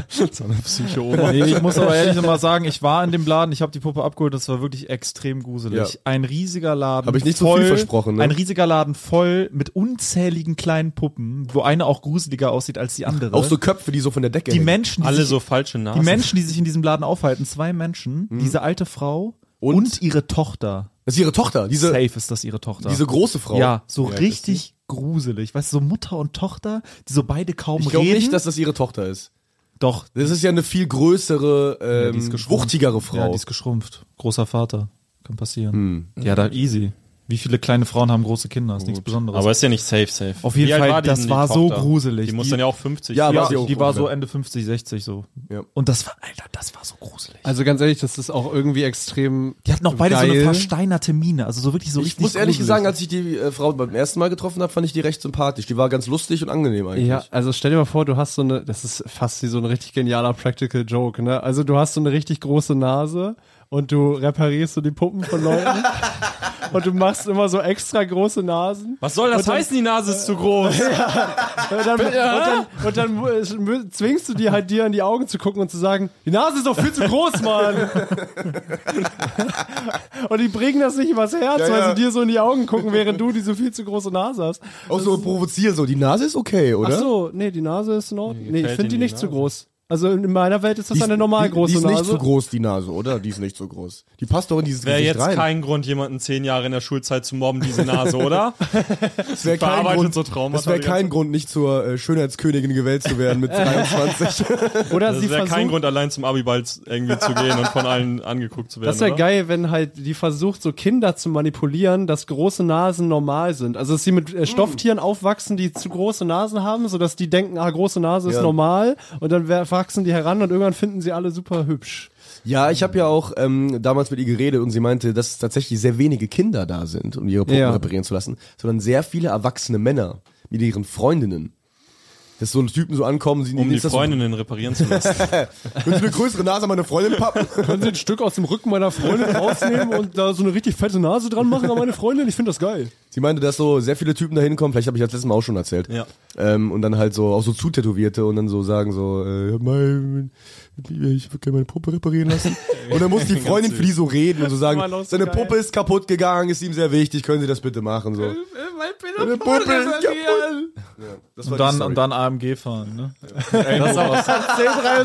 C: so eine Psycho-Oma.
A: Nee,
D: [laughs]
A: ich muss aber ehrlich nochmal sagen, ich war in dem Laden, ich habe die Puppe abgeholt, das war wirklich extrem gruselig.
D: Ja.
A: Ein riesiger Laden.
D: Hab ich nicht so viel versprochen, ne?
A: Ein riesiger Laden voll mit unzähligen kleinen Puppen, wo eine auch gruseliger aussieht als die andere.
D: Auch so Köpfe, die so von der Decke
A: ne? die
D: hängen.
A: Menschen, die,
C: Alle
A: sich,
C: so falsche
A: die
C: Nasen.
A: Menschen, die sich in diesem Laden aufhalten, zwei Menschen,
D: Mhm.
A: diese alte Frau und? ihre Tochter.
D: Das ist ihre Tochter, diese,
A: Safe ist das ihre Tochter.
D: diese große Frau.
A: ja, so
D: alt ist
A: richtig gruselig. Weißt du, so Mutter und Tochter, die so beide kaum
D: Ich glaube
A: reden.
D: nicht, dass das ihre Tochter ist.
A: Doch,
D: Das ist ja eine viel größere,
A: die
D: ähm,
A: ist geschrumpft.
D: wuchtigere Frau. Hm.
A: Ja, die ist geschrumpft. Großer Vater. Kann passieren. Ja, da easy. Wie viele kleine Frauen haben große Kinder?
D: Oh
A: Ist nichts Besonderes.
C: Aber ist ja nicht safe, safe.
A: Auf jeden
C: Wie alt
A: Fall,
C: war die
A: das
C: denn, die
A: war so
C: Tochter?
A: gruselig.
C: Die muss
A: Die-
C: dann ja auch 50.
D: Ja,
A: ja,
D: war sie auch
A: die war so
D: ungefähr.
A: Ende 50, 60 so.
D: Ja.
A: Und das war, Alter, das war so gruselig.
B: Also ganz ehrlich, das ist auch irgendwie extrem.
A: Die hatten auch beide so eine
B: geil.
A: versteinerte Mine, also so wirklich so
D: Ich
A: richtig
D: muss ehrlich
A: gruselig.
D: sagen, als ich die äh, Frau beim ersten Mal getroffen habe, fand ich die recht sympathisch. Die war ganz lustig und angenehm eigentlich.
B: Ja, also stell dir mal vor, du hast so eine, das ist fast wie so ein richtig genialer Practical Joke, ne? Also du hast so eine richtig große Nase und du reparierst so die Puppen
D: [laughs]
B: von Leuten und du machst immer so extra große Nasen.
C: Was soll das heißen, die Nase ist zu [laughs] groß?
B: Und
D: [laughs]
B: dann, und dann, und dann mu- äh, mü- zwingst du die halt dir in die Augen zu gucken und zu sagen, die Nase ist doch viel zu groß, Mann.
D: [laughs]
B: und die bringen das nicht übers Herz,
D: Ja,
B: weil
D: ja.
B: sie dir so in die Augen gucken, während du diese viel zu große Nase hast.
D: Auch so provozieren, so die Nase ist okay, oder?
B: Ach so, nee, die Nase ist in Ordnung. Nee, ich
C: gefällt
B: finde die
C: Ihnen die
B: nicht zu
C: Nase?
B: groß. Also in meiner Welt ist das eine normal
D: die,
B: große
D: die ist
B: Nase.
D: nicht zu groß, die Nase, oder? Die ist nicht so groß. Die passt doch in dieses
C: Wäre
D: Gesicht
C: jetzt
D: rein.
C: kein Grund, jemanden zehn Jahre in der Schulzeit zu mobben, diese Nase, [laughs] oder?
D: das wäre kein
C: verarbeitet
D: Grund,
C: so Traumata
D: das wäre
C: die
D: kein Grund, nicht zur äh, Schönheitskönigin gewählt zu werden
C: [laughs]
D: mit 23.
B: Oder
C: Das
B: sie
C: wäre
B: versucht,
C: kein Grund, allein zum Abiball irgendwie zu gehen und von allen angeguckt zu werden.
B: Das wäre
C: oder?
B: geil, wenn halt die versucht, so Kinder zu manipulieren, dass große Nasen normal sind. Also dass sie mit
D: Hm.
B: äh, Stofftieren aufwachsen, die zu große Nasen haben, sodass die denken, ah, große Nase ist
D: Ja.
B: normal. Und dann wär- wachsen die heran und irgendwann finden sie alle super hübsch.
D: ja, ich habe ja auch ähm, damals mit ihr geredet und sie meinte, dass tatsächlich sehr wenige Kinder da sind, um ihre Puppen
B: Ja.
D: reparieren zu lassen, sondern sehr viele erwachsene Männer mit ihren Freundinnen. Dass so Typen so ankommen, sie
C: Um die
D: ist das so-
C: Freundinnen reparieren zu lassen.
D: Wenn sie eine größere Nase an meine Freundin
C: [laughs]
D: pappen.
B: Können sie ein Stück aus dem Rücken meiner Freundin rausnehmen und da so eine richtig fette Nase dran machen an meine Freundin? Ich finde das geil.
D: Sie meinte, dass so sehr viele Typen da hinkommen, vielleicht habe ich das letztes Mal auch schon erzählt.
C: Ja.
D: Ähm, und dann halt so auch so zutätowierte und dann so sagen so, äh, mein, ich würde gerne meine Puppe
A: [laughs]
D: reparieren lassen. und dann muss die Freundin für die so reden und so sagen,
B: Immer noch so
D: seine
B: geil.
D: Puppe ist kaputt gegangen, ist ihm sehr wichtig, können Sie das bitte machen so. Meine Puppe ist kaputt. Das
A: Und
D: war die
A: dann,
D: Story.
A: und dann AMG fahren, ne? Das
D: [laughs]
A: auch.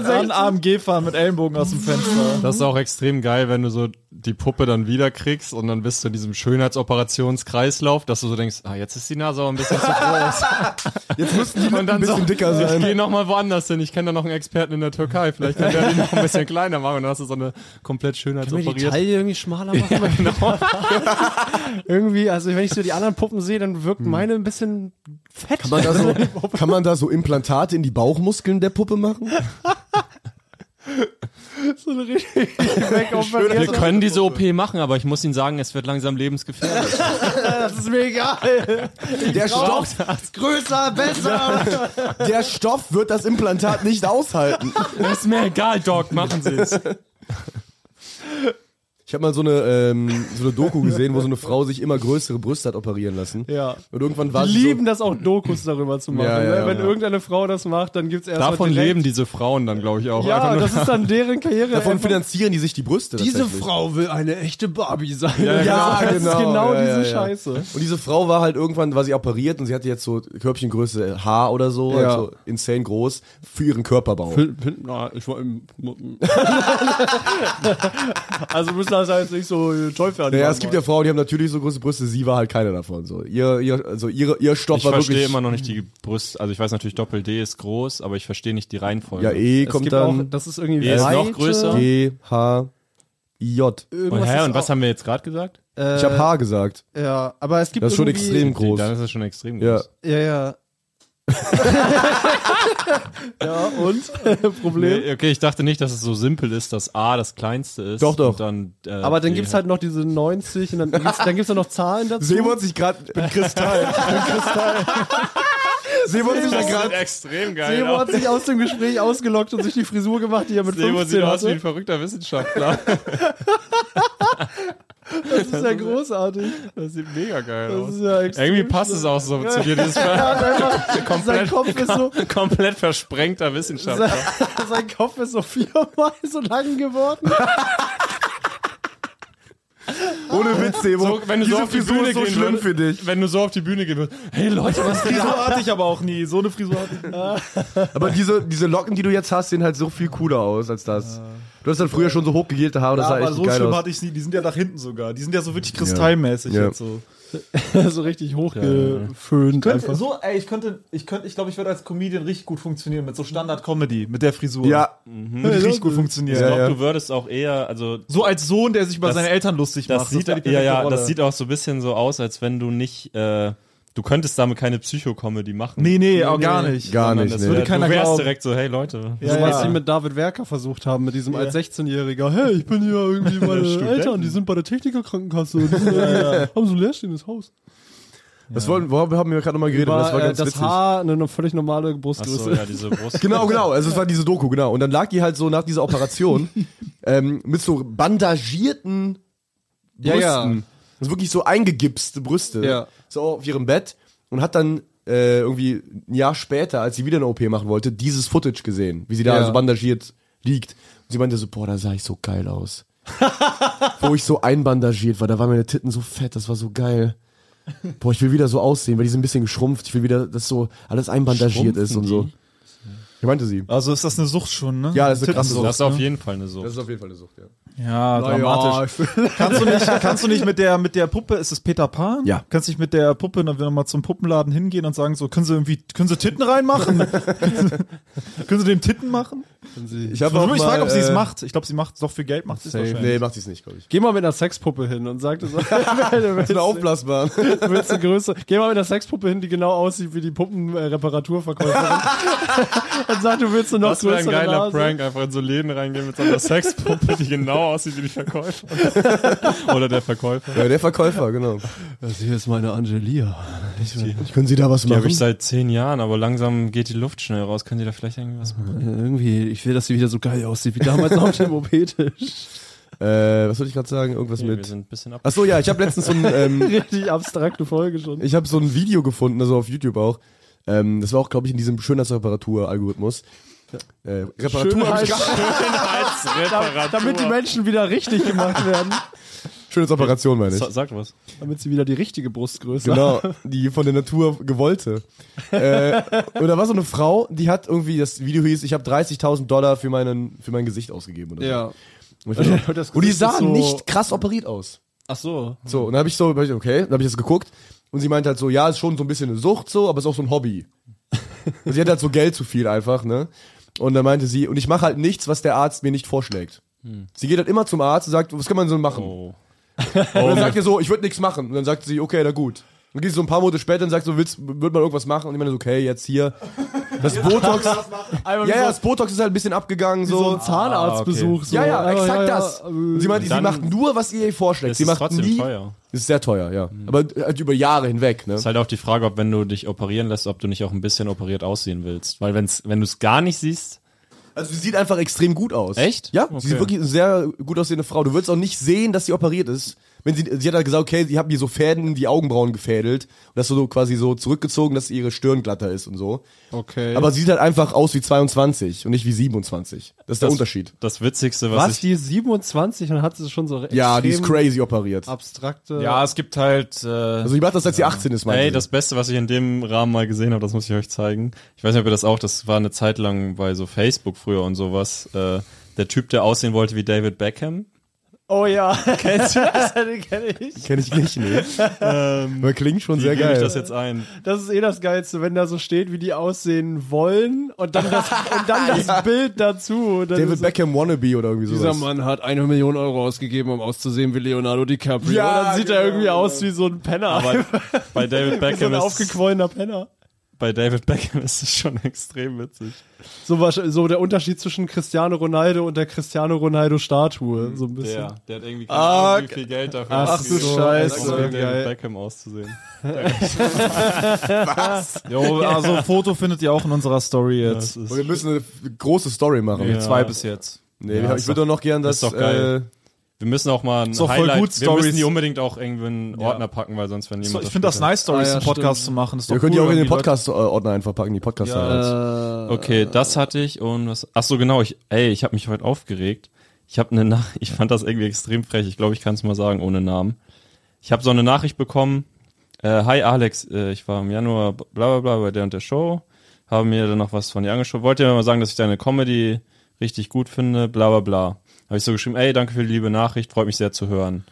A: Dann AMG fahren mit Ellenbogen aus dem Fenster.
C: [laughs] Das ist auch extrem geil, wenn du so die Puppe dann wiederkriegst und dann bist du in diesem Schönheitsoperationskreislauf, dass du so denkst, ah, jetzt ist die Nase aber ein [laughs] bisschen zu groß.
D: Jetzt müssten die
C: Und
D: Lippen
C: dann
D: ein bisschen
C: so,
A: [laughs]
D: dicker
C: Ich
D: sein.
C: gehe nochmal woanders hin. Ich kenne da noch einen Experten in der Türkei. Vielleicht kann der die noch ein bisschen kleiner machen. Und dann hast du so eine komplett schönheitsoperierte.
B: irgendwie schmaler machen?
D: genau. [laughs]
B: irgendwie, also wenn ich so die anderen Puppen sehe, dann wirkt meine ein bisschen fett.
D: Hm.
B: Also
D: Kann man, da
A: [laughs]
D: so, kann man da so Implantate in die Bauchmuskeln der Puppe machen?
B: so eine richtig
C: Wir
B: wegoperierte
C: können diese OP machen, aber ich muss Ihnen sagen, es wird langsam lebensgefährlich.
B: [laughs] Das ist mir egal.
D: Der Stoff,
B: Größer, besser.
D: der Stoff wird das Implantat nicht aushalten.
C: ist mir egal, Doc, machen Sie es.
D: Ich habe mal so eine, ähm, so eine Doku gesehen, wo so eine Frau sich immer größere Brüste hat operieren lassen.
B: Ja.
D: Und irgendwann war
B: Die
D: sie
B: lieben das auch, Dokus darüber zu machen.
D: Ja, ja,
B: ne?
D: ja.
B: Wenn irgendeine Frau das macht, dann gibt's erst
C: Davon
B: mal direkt-
C: leben diese Frauen dann, glaube ich, auch. Einfach
B: Ja,
C: nur-
B: das ist dann deren Karriere.
D: so, davon
B: Einfach-
D: finanzieren die sich die Brüste. tatsächlich.
B: Frau will eine echte Barbie sein.
D: Ja,
B: Ja,
D: ja,
B: das ist
D: genau.
B: genau
D: Ja, ja,
B: diese
D: ja.
B: Scheiße.
D: Und diese Frau war halt irgendwann, war sie operiert und sie hatte jetzt so Körbchengröße H oder so,
B: Ja.
D: also insane groß, für ihren Körperbau.
B: [laughs] Also müssen das jetzt nicht so Teufel an
D: naja, es gibt ja Frauen, die haben natürlich so große Brüste, sie war halt keine davon. So. Ihr, ihr, also ihre, ihr Stoff
C: Ich
D: war
C: verstehe
D: wirklich.
C: immer noch nicht die Brust, also ich weiß natürlich, Doppel-D ist groß, aber ich verstehe nicht die Reihenfolge.
D: ja, E kommt dann.
B: das ist irgendwie
C: Die ist noch
B: Breite.
C: größer.
D: G, H, J.
C: und,
B: Irgendwas
C: hä,
B: ist
C: und was
B: auch-
C: haben wir jetzt gerade gesagt?
D: Ich habe H gesagt.
B: äh, Ja, aber es gibt
D: Das ist schon
B: irgendwie-
D: extrem groß.
C: Dann ist es schon extrem
D: Ja.
C: groß.
B: Ja, ja. ja, und? [laughs] Problem.
C: Nee, okay, ich dachte nicht, dass es so simpel ist, dass A das kleinste ist.
D: Doch, doch.
C: Und dann, äh,
B: Aber dann
C: D. [laughs]
B: gibt's halt noch diese 90 und dann gibt's, dann gibt's ja noch Zahlen dazu.
D: Sebo hat sich gerade. Ich bin Kristall. Ich bin Kristall. Sebo hat sich da
C: Das
D: gerade.
C: sieht extrem geil
B: Sebo
C: aus.
B: hat sich aus dem Gespräch ausgelockt und sich die Frisur gemacht, die er mit
C: genau. Sebo
B: 15
C: sieht aus wie ein
B: hatte.
C: verrückter Wissenschaftler. [laughs]
B: Das ist ja großartig.
C: Das sieht mega geil
B: Das
C: aus.
B: ist ja extrem
C: Irgendwie passt es auch so zu dir, dieses ver
B: [laughs] Sein
C: komplett,
B: Kopf ist so,
C: [laughs] komplett versprengter Wissenschaftler.
B: sein, sein Kopf ist so viermal so lang geworden.
D: Ohne Witz, Sebo.
C: Ah. So, wenn du so auf die
D: Frisur
C: Bühne
D: ist so
C: gehen
D: schlimm
C: würd-
D: für dich.
C: Wenn du so auf die Bühne gehen würdest, hey Leute,
B: [laughs]
C: was
A: Frisur hatte ich aber auch nie. So eine Frisur hatte ich nie.
D: Aber diese, diese Locken, die du jetzt hast, sehen halt so viel cooler aus als das. Du hast dann früher schon so hochgegelte Haare, das sah
A: aber
D: echt
A: so
D: geil
A: schlimm
D: aus.
A: hatte ich nie. Die sind ja nach hinten sogar. Die sind ja so wirklich kristallmäßig
D: Ja.
A: jetzt so.
B: [laughs] so richtig hochgeföhnt.
A: Könnte,
B: einfach.
A: Ne? so, ey, ich könnte, ich könnte, ich glaube, ich würde als Comedian richtig gut funktionieren mit so Standard-Comedy, mit der Frisur.
D: Ja,
A: würde ich richtig gut funktionieren.
C: Ich glaube,
D: ja.
C: du würdest auch eher, also
A: So als Sohn, der sich über
C: Das-
A: seine Eltern lustig
C: das
A: macht.
C: sieht
A: wär die
C: ja
A: perfekte
C: ja,
A: Rolle.
C: das sieht auch so ein bisschen so aus, als wenn du nicht, äh, du könntest damit keine Psycho-Comedy machen.
A: Nee, nee, auch gar nicht.
D: gar
C: sondern
D: nicht,
C: Das
D: nee.
C: würde
A: Würde keiner
C: du wärst
A: glauben.
C: direkt so, hey Leute,
B: so
A: Ja,
B: was
A: ja.
B: sie mit David Werker versucht haben, mit diesem als 16-Jähriger. Hey, ich bin hier irgendwie meine Eltern, die sind bei der Technikerkrankenkasse. und Die sind, Haben so ein leerstehendes Haus.
D: das wollten, worüber haben wir gerade nochmal geredet?
B: War,
D: das war
B: äh,
D: ganz
B: das
D: witzig.
B: Haar, eine, noch völlig normale
C: Ach
B: Brustgröße.
C: so, ja,
D: [laughs]
C: diese Brust.
D: Genau, genau. Also es war diese Doku, genau. Und dann lag die halt so nach dieser Operation ähm, mit so bandagierten
B: Ja,
D: Brüsten.
B: ja.
D: Also wirklich so eingegipste Brüste.
B: Ja.
D: So auf ihrem Bett und hat dann äh, irgendwie ein Jahr später, als sie wieder eine OP machen wollte, dieses Footage gesehen, wie sie da
B: Ja.
D: so also bandagiert liegt. Und sie meinte so, boah, da sah ich so geil [laughs] aus. Wo ich so einbandagiert war, da waren meine Titten so fett, das war so geil. Boah, ich will wieder so aussehen, weil die sind ein bisschen geschrumpft. Ich will wieder, dass so alles einbandagiert ist und so. Ich meinte sie.
A: Also ist das eine Sucht schon, ne?
D: Ja, das ist eine krasse
C: Das
A: Tittensucht,
C: ist auf jeden Fall eine Sucht.
D: ist auf jeden Fall eine Sucht, ja.
A: ne? Ja, dramatisch. Kannst du
D: [laughs]
A: nicht, kannst du nicht mit der, mit der Puppe, ist es Peter Pan?
D: Ja.
A: Kannst du nicht mit der Puppe dann wieder mal zum Puppenladen hingehen und sagen so, können sie irgendwie, können sie Titten
D: [laughs]
A: reinmachen? können sie dem Titten machen?
D: Ich, hab
A: Ich
D: auch mal,
A: frage, ob sie es
D: äh,
A: macht. Ich glaube, sie macht es doch für Geld, macht sie es
B: Safe.
A: wahrscheinlich.
D: Nee, macht sie es nicht, glaube ich.
B: [laughs] Geh mal mit einer Sexpuppe hin und sag das. [laughs] willst,
D: Eine aufblasbaren.
B: du- willst du Größe? Geh mal mit einer Sexpuppe hin, die genau aussieht wie die Puppenreparaturverkäuferin. und sag, du willst eine noch
C: Das wäre ein
B: größere
C: geiler
B: Nase.
C: Prank, einfach in so Läden reingehen mit so einer Sexpuppe, die genau aussieht wie die Verkäufer. Oder der Verkäufer.
D: Ja, der Verkäufer, genau.
B: Das hier ist meine Angelia.
D: Können Sie da was
C: Die habe ich seit zehn Jahren, aber langsam geht die Luft schnell raus. Können die da vielleicht irgendwie was machen?
B: Irgendwie, ich will, dass sie wieder so geil aussieht wie damals auf dem OP-Tisch.
D: Äh, was wollte ich gerade sagen? Irgendwas
C: Nee, wir
D: mit.
C: sind ein bisschen ab.
D: [laughs] Ach so, ja, ich habe letztens so ein, ähm, [laughs]
B: Richtig abstrakte Folge schon.
D: ich habe so ein Video gefunden, also auf YouTube auch. Ähm, das war auch, glaube ich, in diesem Schönheitsreparatur-Algorithmus. Äh, Reparatur hab ich gar-
C: Schönheitsreparatur.
B: damit die Menschen wieder richtig gemacht werden.
D: [laughs] Schönheitsoperation meine ich.
C: Sa- Sag was.
B: Damit sie wieder die richtige Brustgröße haben.
D: Genau, die von der Natur gewollte. äh, und da war so eine Frau, die hat irgendwie, das Video hieß, ich habe 30.000 Dollar für, meinen, für mein Gesicht ausgegeben. Oder so.
B: Ja.
D: Und, ich dachte,
B: Das
D: und die
B: Gesicht
D: sah
B: ist so-
D: nicht krass operiert aus.
B: Ach so.
D: So, und dann habe ich so, hab ich- okay, dann habe ich das geguckt und sie meint halt so, ja, ist schon so ein bisschen eine Sucht so, aber ist auch so ein Hobby. [laughs] Und sie hat halt so Geld zu viel einfach, ne? Und dann meinte sie, und ich mache halt nichts, was der Arzt mir nicht vorschlägt. Sie geht halt immer zum Arzt und sagt, was kann man so machen?
C: Oh.
D: Und dann sagt er so, ich würde nichts machen. Und dann sagt sie, okay, na gut. Dann geht sie so ein paar Monate später und sagt so, willst, wird man irgendwas machen? Und ich meine so, okay, jetzt hier. Das Botox,
B: [laughs]
D: ja,
B: Einmal
D: ja, das Botox ist halt ein bisschen abgegangen,
B: so
D: so. Ah,
B: ein Zahnarztbesuch. So.
D: Ja, ja,
B: Aber
D: exakt
B: ja,
D: das. Und sie meinte, sie
C: Dann-
D: macht nur, was ihr ihr vorschlägt.
C: Es
D: Sie
C: ist
D: macht
C: trotzdem
D: nie,
C: teuer. Mhm.
D: das ist sehr teuer, ja. Aber halt über Jahre hinweg, ne?
C: Ist halt auch die Frage, ob wenn du dich operieren lässt, ob du nicht auch ein bisschen operiert aussehen willst. Weil wenn's, wenn du es gar nicht siehst,
D: Also sie sieht einfach extrem gut aus.
C: Echt?
D: Ja,
C: Okay.
D: sie ist wirklich eine sehr gut aussehende Frau. Du würdest auch nicht sehen, dass sie operiert ist. Wenn sie, sie hat halt gesagt, okay, sie haben ihr so Fäden in die Augenbrauen gefädelt und das so quasi so zurückgezogen, dass ihre Stirn glatter ist und so.
B: Okay.
D: Aber sie sieht halt einfach aus wie 22 und nicht wie 27. Das ist der
C: Das-
D: Unterschied.
C: das Witzigste, was,
B: was,
C: ich.
B: die ist 27 und hat sie schon so
D: Ja, die ist
B: extrem
D: crazy operiert.
B: abstrakte...
A: Ja, es gibt halt, äh,
D: Also die macht das, als sie 18 ist, meinte
C: Ey,
D: sie.
C: das Beste, was ich in dem Rahmen mal gesehen habe, das muss ich euch zeigen. Ich weiß nicht, ob ihr das auch, das war eine Zeit lang bei so Facebook früher und sowas. Äh, der Typ, der aussehen wollte wie David Beckham.
B: Oh ja. [laughs] Kennst du das? Den kenn ich.
D: kenne ich nicht,
C: [laughs]
D: ne? Aber klingt schon
C: Ähm, Wie
D: sehr
C: gebe ich
D: geil.
C: das jetzt ein?
B: Das ist eh das Geilste, wenn da so steht, wie die aussehen wollen und dann das, und dann das Bild dazu. Und dann
D: David
C: Also,
B: ist so-
D: Beckham Wannabe oder irgendwie sowas.
B: hat eine Million Euro ausgegeben, um auszusehen wie Leonardo DiCaprio.
D: Ja,
B: und dann sieht er
D: genau,
B: irgendwie
D: genau.
B: aus wie [laughs] so ein Penner.
C: Aber bei David
B: so
C: Beckham
B: ein
C: ist
B: aufgequollener Penner.
C: bei David Beckham ist es schon [laughs] extrem witzig.
B: So, wahrsch- so der Unterschied zwischen Cristiano Ronaldo und der Cristiano Ronaldo Statue. So ein bisschen.
C: der hat irgendwie keine
D: Ah, Ahnung, wie
C: viel Geld dafür
B: ach du ausgegeben hat, Scheiße,
C: um
B: um
C: wie
B: wie
C: David
B: David geil.
C: Beckham auszusehen.
A: jo, also Foto findet ihr auch in unserer Story
C: Das
A: jetzt.
C: ist,
D: Und wir müssen eine f- große Story machen.
A: [laughs]
C: Ja.
A: Zwei bis jetzt.
D: Nee,
C: Ja,
D: ich
C: ist
D: würde doch noch gern, dass
C: ist doch geil.
D: äh,
C: wir müssen auch mal ein
A: doch voll
C: Highlight,
A: gut,
C: wir
A: Stories.
C: müssen die unbedingt auch irgendwie einen Ordner packen, weil sonst wenn
A: So,
C: jemand
A: ich finde das nice, Stories
B: Ah, ja,
A: zum Podcast
B: stimmt.
A: zu machen. Ist doch
D: Wir können die
A: cool,
D: auch in
A: wenn
D: den Podcast-Ordner einfach packen, die halt.
C: äh,
D: Podcast-Highlights.
C: später- Okay, das hatte ich und was Ach so genau, ich ey, ich habe mich heute aufgeregt. Ich habe eine Nach [laughs] ich fand das irgendwie extrem frech. Ich glaube, ich kann es mal sagen ohne Namen. Ich habe so eine Nachricht bekommen. Äh, hi Alex, äh, ich war im Januar bla bla bla bei der und der Show. Habe mir dann noch was von dir angeschaut. Wollte mir mal sagen, dass ich deine Comedy richtig gut finde, bla bla bla. Habe ich so geschrieben, ey, danke für die liebe Nachricht, freut mich sehr zu hören.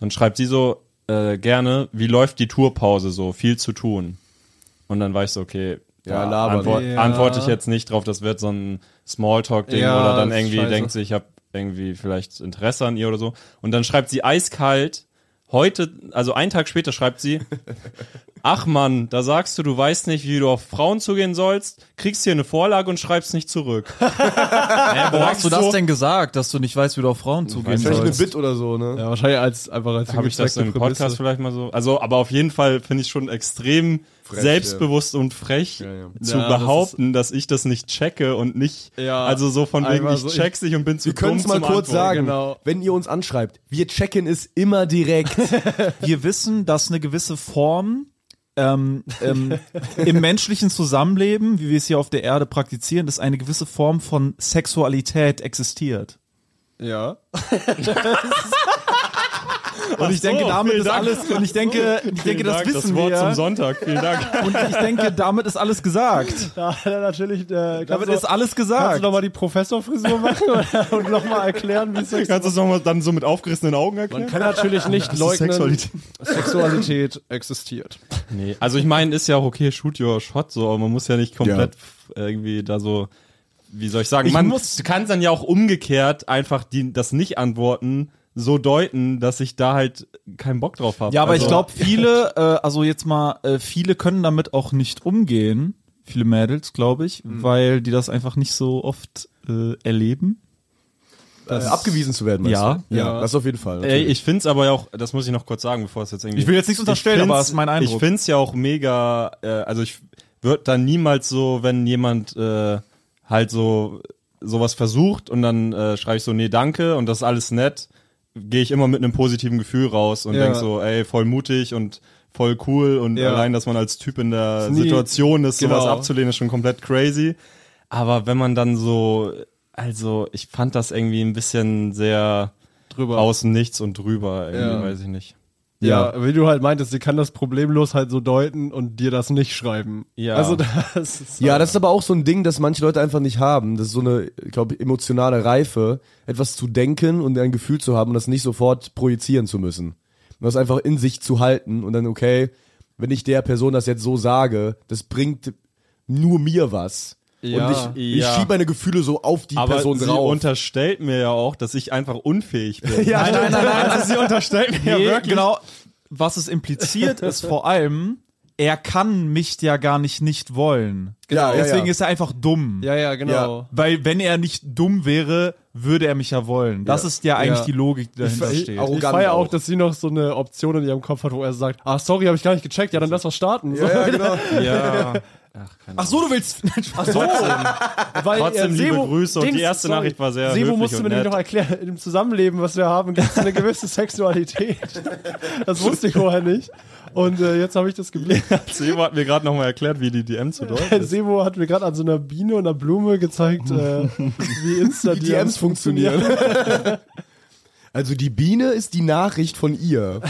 C: Dann schreibt sie so, äh, gerne, wie läuft die Tourpause so? Viel zu tun. Und dann war ich so, okay,
D: Ja,
C: da
D: labern.
C: antwort,
B: Ja.
C: antworte ich jetzt nicht drauf, das wird so ein Smalltalk-Ding
B: Ja,
C: oder dann
B: das ist
C: irgendwie
B: scheiße.
C: denkt sie, ich habe irgendwie vielleicht Interesse an ihr oder so. Und dann schreibt sie eiskalt, heute, also einen Tag später schreibt sie, Ach Mann, da sagst du, du weißt nicht, wie du auf Frauen zugehen sollst, kriegst hier eine Vorlage und schreibst nicht zurück.
A: Wo hast du
C: so-
A: das denn gesagt, dass du nicht weißt, wie du auf Frauen
C: also
A: zugehen
D: Vielleicht eine
A: sollst?
D: Bit oder so, ne?
B: Ja, wahrscheinlich als einfach als
C: Habe ich das
B: gezeigte
C: im Podcast
B: Prämisse.
C: vielleicht mal so? Also, aber auf jeden Fall finde ich schon extrem
D: Frech,
C: selbstbewusst und frech
D: ja.
C: zu
B: Ja, das
C: behaupten, dass ich das nicht checke und nicht,
B: Ja,
C: also so von wegen,
B: einmal
C: ich
B: so, ich-
C: check's nicht und bin zu
D: Wir können
C: dumm
D: es mal
C: zum
D: kurz
C: Antworten.
D: sagen,
B: genau.
D: wenn ihr uns anschreibt, wir checken es immer direkt.
C: [laughs]
A: Wir wissen, dass eine gewisse Form ähm, ähm, im menschlichen Zusammenleben, wie wir es hier auf der Erde praktizieren, dass eine gewisse Form von Sexualität existiert.
B: Ja.
A: Und ich
C: so,
A: denke, damit
C: vielen
A: ist
C: Dank.
A: alles, und ich denke, ich denke,
C: Vielen
A: das
C: Dank,
A: wissen
C: das Wort zum
A: wir.
C: Sonntag. Vielen
A: [laughs]
C: Dank.
A: Und ich denke, damit ist alles gesagt.
B: [laughs] Da hat er natürlich. Äh, kannst
A: Damit
B: du-
A: ist alles
B: Kannst
A: gesagt.
B: du nochmal die
A: [laughs]
B: Professorfrisur machen oder- [laughs] und nochmal erklären, wie Sex
C: Kannst du es nochmal dann so mit aufgerissenen Augen erklären?
B: kann natürlich nicht leugnen,
A: Sexualität.
B: Sexualität existiert.
C: Nee, also ich meine, ist ja auch okay, shoot your shot, so, aber man muss ja nicht komplett f- irgendwie da so, wie soll ich sagen,
A: Ich
C: man
A: muss-
C: du kannst dann ja auch umgekehrt einfach die, das Nicht-Antworten so deuten, dass ich da halt keinen Bock drauf habe.
A: Ja, aber
C: also,
A: ich glaube, viele, äh, also jetzt mal, äh, viele können damit auch nicht umgehen. Viele Mädels, glaube ich, weil die das einfach nicht so oft äh, erleben.
D: äh, abgewiesen zu werden, meinst
A: Ja.
D: du? ja. Das auf jeden Fall.
C: Ey,
D: natürlich.
C: ich find's aber ja auch, das muss ich noch kurz sagen, bevor es jetzt irgendwie.
A: Ich will jetzt nichts unterstellen,
C: find's-
A: aber es ist mein Eindruck.
C: Ich find's ja auch mega, äh, also ich würde dann niemals so, wenn jemand äh, halt so sowas versucht und dann äh, schreibe ich so, nee, danke und das ist alles nett, gehe ich immer mit einem positiven Gefühl raus und
B: Ja.
C: denk so, ey, voll mutig und voll cool und
B: Ja.
C: allein, dass man als Typ in der
B: Ist nie-
C: Situation ist, sowas
B: Genau.
C: abzulehnen, ist schon komplett crazy. Aber wenn man dann so, also ich fand das irgendwie ein bisschen sehr
B: Drüber.
C: aus dem Nichts und drüber, irgendwie,
B: Ja.
C: weiß ich nicht.
B: Ja, wie du halt meintest, sie kann das problemlos halt so deuten und dir das nicht schreiben.
C: Ja.
B: Also das ist
D: ja, das ist aber auch so ein Ding, das manche Leute einfach nicht haben. Das ist so eine, ich glaube, emotionale Reife, etwas zu denken und ein Gefühl zu haben und das nicht sofort projizieren zu müssen. Und das einfach in sich zu halten und dann, okay, wenn ich der Person das jetzt so sage, das bringt nur mir was.
B: Ja.
D: und ich, ich
C: Ja.
D: schiebe meine Gefühle so auf die
C: Aber
D: Person
C: sie
D: drauf.
C: unterstellt mir ja auch, dass ich einfach unfähig bin.
D: Ja,
A: Nein, nein, nein, nein. Also sie unterstellt [laughs] mir
C: ja wirklich-
A: Genau. Was es [laughs] impliziert ist vor allem, er kann mich ja gar nicht nicht wollen.
D: Ja, ja,
A: Deswegen
D: ja.
A: ist er einfach dumm.
B: ja, ja, genau.
A: Weil wenn er nicht dumm wäre, würde er mich ja wollen. Das
D: Ja.
A: ist ja eigentlich
B: Ja.
A: die Logik, die dahinter
D: ich-
A: steht.
D: auch-
B: Ich
D: Arrogant
B: feier auch,
D: auch.
B: dass sie noch so eine Option in ihrem Kopf hat, wo er sagt, ah, sorry, habe ich gar nicht gecheckt, ja, dann lass was starten. So,
D: ja, ja, genau.
C: Ja.
A: Ach so, du willst. [laughs] Ach so.
B: [laughs] weil, äh,
C: Trotzdem liebe
B: Sebo-
C: Grüße und die
B: Dings-
C: erste Nachricht war sehr
B: Sebo
C: höflich
B: musste mir
C: und
B: nämlich
C: nett.
B: noch erklären, im Zusammenleben, was wir haben, gibt es eine gewisse [laughs] Sexualität. Das wusste ich vorher nicht. Und äh, jetzt habe ich das geblickt.
C: Sebo hat mir gerade nochmal erklärt, wie die DM zu deuten ist.
B: Äh, Sebo hat mir gerade an so einer Biene und einer Blume gezeigt, äh,
D: [laughs]
B: wie Insta
D: die DMs funktionieren. [laughs] Also die Biene ist die Nachricht von ihr.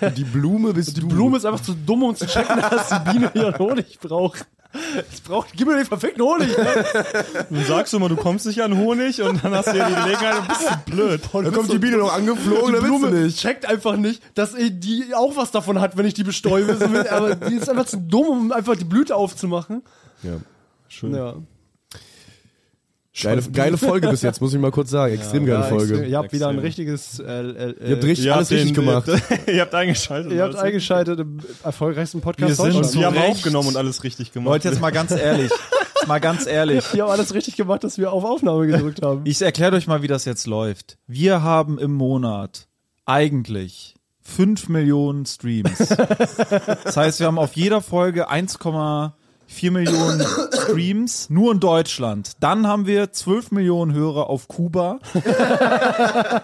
D: Und Die Blume bist du.
B: Die Blume ist einfach zu dumm, um zu checken, dass die Biene ihren Honig braucht. Es braucht, gib mir den verfickten
D: [laughs]
B: Honig.
C: Du sagst immer, du kommst nicht an Honig und dann hast du ja die Gelegenheit und bist du blöd.
D: da kommt die Biene noch angeflogen, da
B: Die
D: willst du
B: Blume
D: nicht.
B: checkt einfach nicht, dass eh die auch was davon hat, wenn ich die bestäube. So mit- Aber die ist einfach zu dumm, um einfach die Blüte aufzumachen.
D: Ja.
C: Schön.
B: Ja,
D: Geile, geile Folge bis jetzt, muss ich mal kurz sagen. Extrem geile
B: Ja,
D: Folge.
B: extrem- Ihr habt wieder ein
C: Extrem.
B: richtiges. Äh, äh,
D: Ihr habt richtig, alles richtig gemacht.
C: [laughs] ihr habt eingeschaltet.
B: Ihr habt
C: alles richtig.
B: eingeschaltet im erfolgreichsten Podcast
A: Wir sind
C: und
A: zu
C: wir haben
A: Recht.
C: aufgenommen und alles richtig gemacht.
A: Leute, jetzt mal ganz ehrlich. Jetzt mal ganz ehrlich.
B: Ihr habt alles richtig gemacht, dass wir auf Aufnahme gedrückt
D: [laughs]
B: haben.
A: Ich erkläre euch mal, wie das jetzt läuft. Wir haben im Monat eigentlich 5 Millionen
B: [laughs]
A: Streams. Das heißt, wir haben auf jeder Folge 1,4 Millionen Streams, nur in Deutschland. Dann haben wir 12 Millionen Hörer auf
B: [laughs]
A: Kuba.